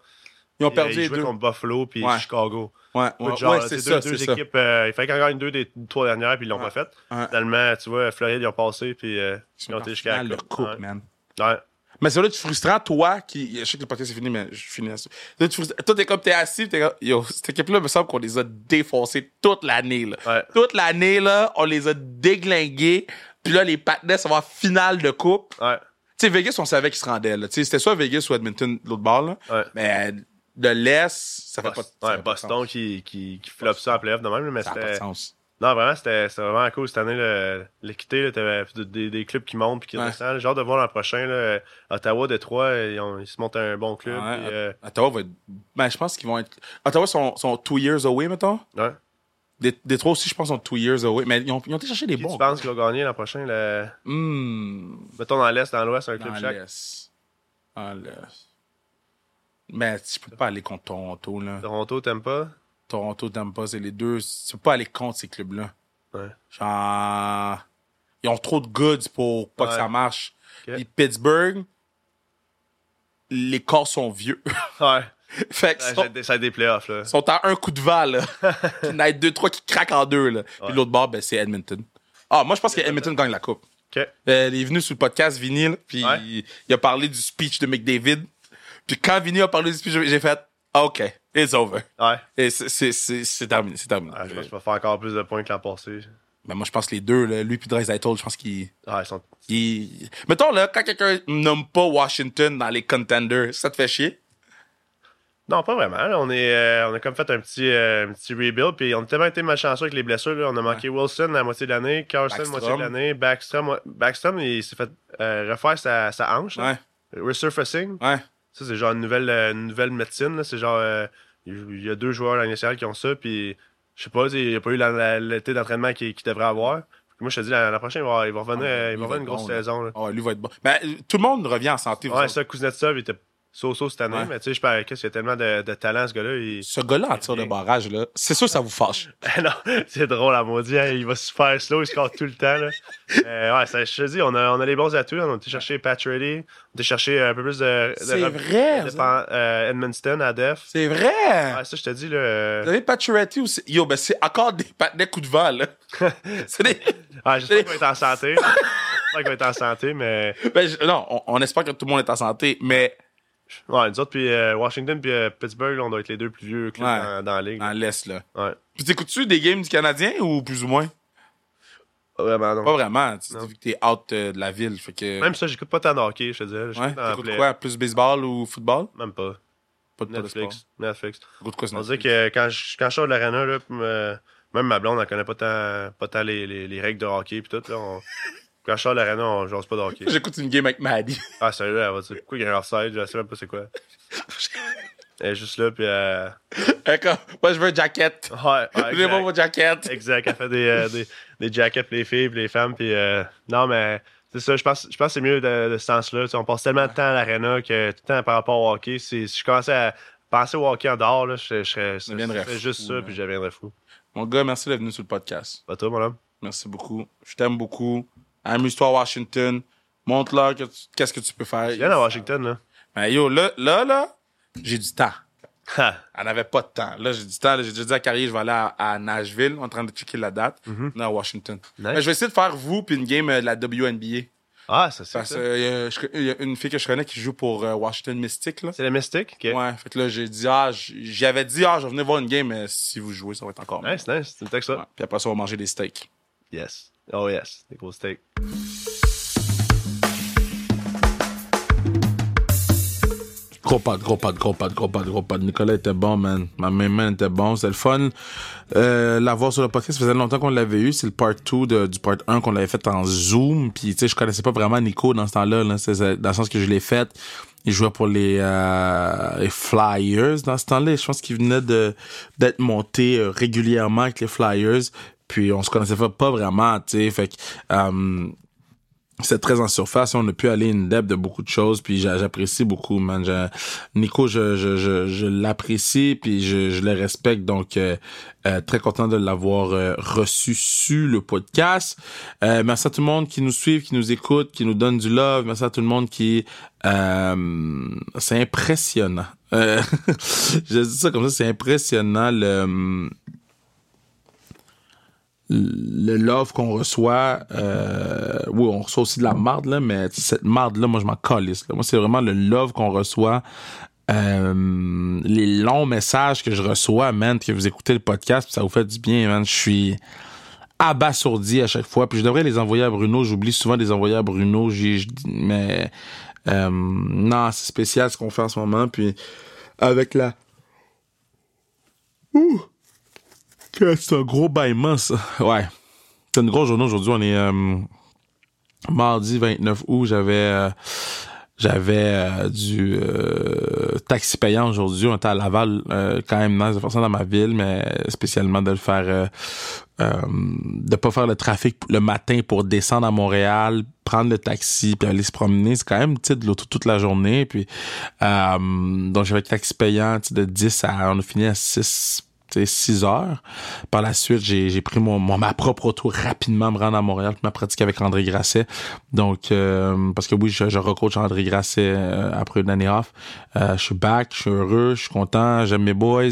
C: Ils ont
A: Il-
C: perdu
A: il
C: les
A: jouait
C: deux.
A: contre Buffalo puis
C: Ouais.
A: Chicago.
C: Ouais,
A: Quoi de
C: ouais,
A: genre,
C: ouais,
A: là,
C: c'est
A: c'est
C: ça.
A: deux,
C: c'est
A: deux
C: ça.
A: équipes. euh, il fallait qu'elle gagne deux des trois dernières puis ils l'ont pas fait.
C: Ouais.
A: Finalement, tu vois, Floride, ils ont passé puis euh, ils ont été jusqu'à
C: le
A: la
C: coupe,
A: Ouais.
C: man.
A: Ouais.
C: Mais c'est là tu frustrant, toi, qui. Je sais que le podcast est fini, mais je finis là-dessus. Là, tu frustres- Toi, t'es comme, t'es assis, t'es comme, yo, cette équipe-là, il me semble qu'on les a défoncés toute l'année, là.
A: Ouais.
C: Toute l'année, là, on les a déglingués. Puis là, les Patnais, ça va en finale de coupe.
A: Ouais.
C: Tu sais, Vegas, on savait qu'ils se rendaient, là. Tu sais, c'était soit Vegas ou Edmonton, l'autre bord, là.
A: Ouais.
C: Mais euh, de l'Est, ça fait pas,
A: Boston,
C: ça fait
A: ouais,
C: pas de
A: Boston
C: sens.
A: qui, qui, qui floppe ça en playoff de même, mais
C: Ça n'a pas de
A: c'était.
C: sens.
A: Non, vraiment, c'était c'était vraiment cool cette année. là. L'équité, là, t'avais des, des- des clubs qui montent puis qui
B: Ouais.
A: descendent. J'ai hâte de voir l'an prochain. Là, Ottawa, Détroit, ils, ont- ils se montent un bon club.
B: Ouais,
A: puis, euh,
B: Ottawa va être. Ben, je pense qu'ils vont être. Ottawa sont, sont two years away, mettons.
A: ouais.
B: Des- Détroit aussi, je pense, sont two years away. Mais ils ont, ils ont été chercher des
A: Qui
B: bons.
A: tu penses qu'ils vont gagner l'an prochain? le-
B: Hmm.
A: Mettons dans l'Est, dans l'Ouest, un Mmm, club
B: Dans
A: chaque.
B: l'Est. Dans l'Est. Mais tu peux pas aller contre Toronto, là.
A: Toronto, t'aimes pas?
B: Toronto, Tampa, c'est les deux. Tu peux pas aller contre ces clubs-là.
A: Ouais.
B: Genre. Ils ont trop de goods pour pas que
A: Ouais.
B: ça marche.
A: Ok.
B: Puis Pittsburgh, les corps sont vieux.
A: Ouais.
B: fait que
A: Ouais,
B: sont-
A: ça a des- ça a des playoffs, là.
B: Ils sont à un coup de vent, là. Il y en a deux, trois qui craquent en deux, là. Puis l'autre bord, ben, c'est Edmonton. Ah, moi, je pense que Edmonton gagne la coupe.
A: OK.
B: Euh, il est venu sur le podcast Vinny, là, puis
A: Ouais.
B: il, il a parlé du speech de McDavid. Puis quand Vinny a parlé du speech, j'ai fait Ah, OK, it's over.
A: Ouais.
B: Et c'est- c'est- c'est c'est terminé, c'est terminé.
A: Ouais, je pense qu'il va faire encore plus de points que l'an passé.
B: Mais moi, je pense que les deux, là, lui puis Dreisaitl, je pense qu'ils...
A: Ouais, ils sont.
B: ils- Mettons, là, quand quelqu'un nomme pas Washington dans les contenders, ça te fait chier?
A: Non, pas vraiment. là. On, est, euh, on a comme fait un petit, euh, un petit rebuild. Puis on a tellement été malchanceux avec les blessures. là. On a manqué Wilson la moitié de l'année, Carlson la
B: Backstrom.
A: moitié de l'année, Backstrom. ouais. Backstrom, il s'est fait euh, refaire sa, sa hanche. là.
B: Ouais,
A: Resurfacing.
B: ouais.
A: Ça, c'est genre une nouvelle, euh, une nouvelle médecine. là. C'est genre. euh, il y a deux joueurs à l'initiale qui ont ça. Puis je sais pas, il n'y a pas eu la- la- l'été d'entraînement qu'il qu'il devrait avoir. Puis moi, je te dis, l'an l'an prochain, il va, il va revenir,
B: Ouais,
A: euh, il
B: lui
A: va
B: va
A: revenir une
B: être
A: grosse
B: bon, là.
A: saison. là.
B: Ah, lui va être bon. Ben, euh, tout le monde revient en santé. vous
A: Ouais,
B: autres.
A: ça, Kuznetsov, il était so-so cette année,
B: Ouais.
A: mais tu sais, je parle qu'est-ce qu'il y a tellement de, de talent, ce gars-là. Il...
B: Ce gars-là en tir de barrage, là, c'est sûr que ça vous fâche.
A: non, c'est drôle, à maudit, hein, il va super slow, il score tout le temps. Là. Euh, ouais, ça, je te dis, on a, on a les bons atouts. là. On a été chercher Pat Reilly, on a été chercher euh, un peu plus de. de
B: C'est
A: Rob-
B: vrai, Ah.
A: de
B: ça.
A: Pan- euh, Edmundston à def.
B: C'est vrai!
A: Ouais, ça, je te dis, là.
B: Vous
A: euh,
B: avez Pacioretty aussi. Yo, ben c'est encore des, pa- des coups de vent, là. C'est des-
A: Ouais, j'espère qu'il va être en santé. J'espère qu'il va être en santé, mais.
B: Ben, je- Non, on, on espère que tout le monde est en santé, mais
A: Ouais, nous autres, puis euh, Washington, puis euh, Pittsburgh, là, on doit être les deux plus vieux clubs
B: Ouais.
A: dans, dans la ligue.
B: en l'Est, là.
A: Ouais.
B: Puis t'écoutes-tu des games du Canadien ou plus ou moins?
A: Pas Vraiment, non.
B: Pas vraiment. Tu
A: Non.
B: vu que t'es out euh, de la ville, fait que...
A: Même ça, j'écoute pas tant de hockey, je te dis. J'écoute
B: ouais,
A: dans la
B: t'écoutes
A: play-
B: quoi? Plus baseball ou football?
A: Même pas.
B: Pas de, pas de
A: Netflix.
B: sport.
A: Netflix.
B: T'écoutes quoi,
A: On dirait que quand je, quand je sors de l'arena, là, pis me- même ma blonde, elle connaît pas tant, pas tant les, les- les règles de hockey pis tout. Là, on- quand je sors de l'arena, on jase pas de hockey.
B: J'écoute une game avec Maddie.
A: Ah, celle-là, elle va dire pourquoi il y a un offside, je sais même pas c'est quoi. Elle est juste là, puis euh,
B: D'accord. Moi, je veux une jacket.
A: Ouais, Ah, ouais,
B: Je veux pas
A: exact.
B: mon jacket.
A: Exact, elle fait des, euh, des, des jackets pour les filles, pour les femmes, puis euh, non, mais c'est ça, je pense, je pense que c'est mieux de, de ce sens-là. Tu sais, On passe tellement de temps à l'arena que tout le temps par rapport au hockey, si, si je commençais à penser au hockey en dehors, là, je, je serais, je
B: deviendrais
A: ferais
B: fou,
A: juste ça,
B: là.
A: puis je deviendrais fou.
B: Mon gars, merci d'être venu sur le podcast.
A: Pas toi, mon homme.
B: Merci beaucoup. Je t'aime beaucoup. Amuse-toi à Washington. Montre-leur que tu- qu'est-ce que tu peux faire.
A: Il y en a à Washington, là.
B: Ben, yo, là, là, là, j'ai du temps.
A: Ha!
B: Elle n'avait pas de temps. Là, j'ai du temps. Là, J'ai déjà dit à Carrier, je vais aller à, à Nashville. On est en train de checker la date.
A: Mhm.
B: Non, à Washington. Ben, je vais essayer de faire vous puis une game euh, de la WNBA.
A: Ah, ça, c'est
B: Parce
A: ça.
B: qu'il y a une fille que je connais qui joue pour euh, Washington Mystic, là.
A: C'est le Mystic? Ok.
B: Ouais, fait que là, j'ai dit, ah, j- j'avais dit, ah, je vais venir voir une game, mais si vous jouez, ça va être encore mieux.
A: Nice, nice. Tu me textes ça?
B: Ouais. Puis après ça, on va manger des steaks.
A: Yes. Oh, yes. Des gros steaks.
C: Gros pas, gros pas, gros pas, gros pas, gros pas. Nicolas était bon, man. Ma main man était bon. C'est le fun. Euh, l'avoir sur le podcast, ça faisait longtemps qu'on l'avait eu. C'est le part 2 de- du part 1 qu'on l'avait fait en Zoom. Puis, tu sais, je connaissais pas vraiment Nico dans ce temps-là. Là. C'est- c'est- dans le sens que je l'ai fait. Il jouait pour les, euh, les Flyers dans ce temps-là. Je pense qu'il venait de d'être monté euh, régulièrement avec les Flyers. Puis, on se connaissait pas, pas vraiment, tu sais. Fait que... euh, c'est très en surface. On a pu aller in depth de beaucoup de choses. Puis j'a- j'apprécie beaucoup, man. Je- Nico, je, je, je, je l'apprécie puis je, je le respecte. Donc euh, euh, très content de l'avoir euh, reçu sur le podcast. Euh, merci à tout le monde qui nous suit, qui nous écoute, qui nous donne du love. Merci à tout le monde qui euh, c'est impressionnant. Euh, je dis ça comme ça, c'est impressionnant le hum, le love qu'on reçoit, euh, oui, on reçoit aussi de la marde, là, mais cette marde-là, moi, je m'en calisse. Là. Moi, c'est vraiment le love qu'on reçoit. Euh, les longs messages que je reçois, man, que vous écoutez le podcast, puis ça vous fait du bien, man. Je suis abasourdi à chaque fois. Puis je devrais les envoyer à Bruno. J'oublie souvent de les envoyer à Bruno. J'ai- je dis- mais euh, non, c'est spécial ce qu'on fait en ce moment. Puis avec la Que C'est un gros bâillement, ça. Ouais. C'est une grosse journée aujourd'hui. On est euh, mardi 29 août. J'avais euh, j'avais euh, du euh, taxi payant aujourd'hui. On était à Laval, euh, quand même nice de faire ça dans ma ville, mais spécialement de le faire euh, euh, de pas faire le trafic le matin pour descendre à Montréal, prendre le taxi, puis aller se promener. C'est quand même tu sais, de l'auto toute la journée. Puis euh, donc j'avais le taxi payant tu sais, de 10 à on a fini à 6 tu sais, 6 heures. Par la suite, j'ai j'ai pris mon, mon- ma propre auto rapidement me rendre à Montréal pour ma pratique avec André Grasset. Donc, euh, parce que oui, je, je recoach André Grasset euh, après une année off. Euh, je suis back, je suis heureux, je suis content, j'aime mes boys.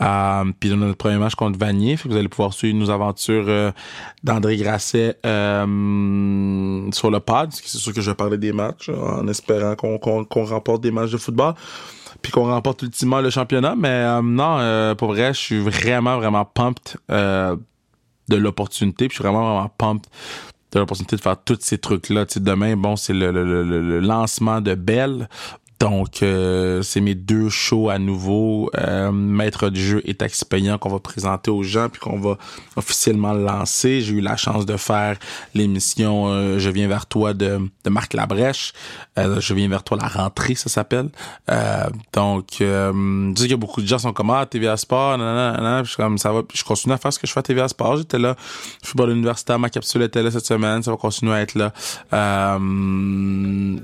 C: Euh, Puis dans notre premier match contre Vanier, fait que vous allez pouvoir suivre nos aventures euh, d'André Grasset euh, sur le pad. C'est sûr que je vais parler des matchs euh, en espérant qu'on qu'on qu'on remporte des matchs de football puis qu'on remporte ultimement le championnat. Mais euh, non, euh, pour vrai, je suis vraiment, vraiment pumped euh, de l'opportunité. Puis je suis vraiment, vraiment pumped de l'opportunité de faire tous ces trucs-là. Tu sais, demain, bon, c'est le, le- le- le- le lancement de Belle. Donc, euh, c'est mes deux shows à nouveau, euh, Maître du jeu et Taxi payant qu'on va présenter aux gens puis qu'on va officiellement lancer. J'ai eu la chance de faire l'émission euh, Je viens vers toi de, de Marc Labrèche. Euh, je viens vers toi la rentrée, ça s'appelle. Euh, donc, euh, je sais qu'il y a beaucoup de gens qui sont comme ah TVA Sport, nanana, nanana. Puis je suis comme ça va. Puis je continue à faire ce que je fais à TVA Sport. J'étais là, je suis pas à l'université, ma capsule était là cette semaine, ça va continuer à être là. Euh,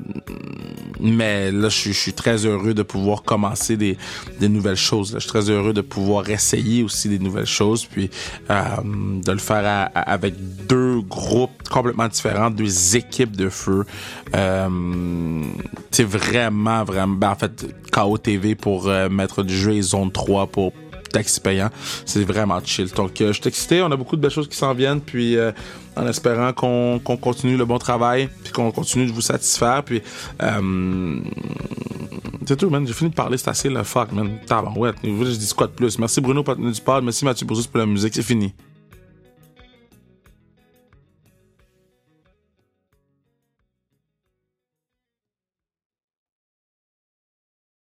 C: mais là, je, suis- je suis très heureux de pouvoir commencer des, des nouvelles choses. là. Je suis très heureux de pouvoir essayer aussi des nouvelles choses, puis euh, de le faire à- à- avec deux groupes complètement différents, deux équipes de feu. Euh, C'est vraiment, vraiment... ben, en fait, KO TV pour euh, Maître du jeu et Zone 3 pour taxi payant. C'est vraiment chill. Donc, euh, je suis excité. On a beaucoup de belles choses qui s'en viennent. Puis, euh, en espérant qu'on qu'on continue le bon travail, puis qu'on continue de vous satisfaire. Puis, euh, c'est tout, man. J'ai fini de parler. C'est assez le fuck, man. Tabarouette. Vous, Je dis quoi de plus? Merci Bruno, partenaire du pod. Merci Mathieu Boursus pour la musique. C'est fini.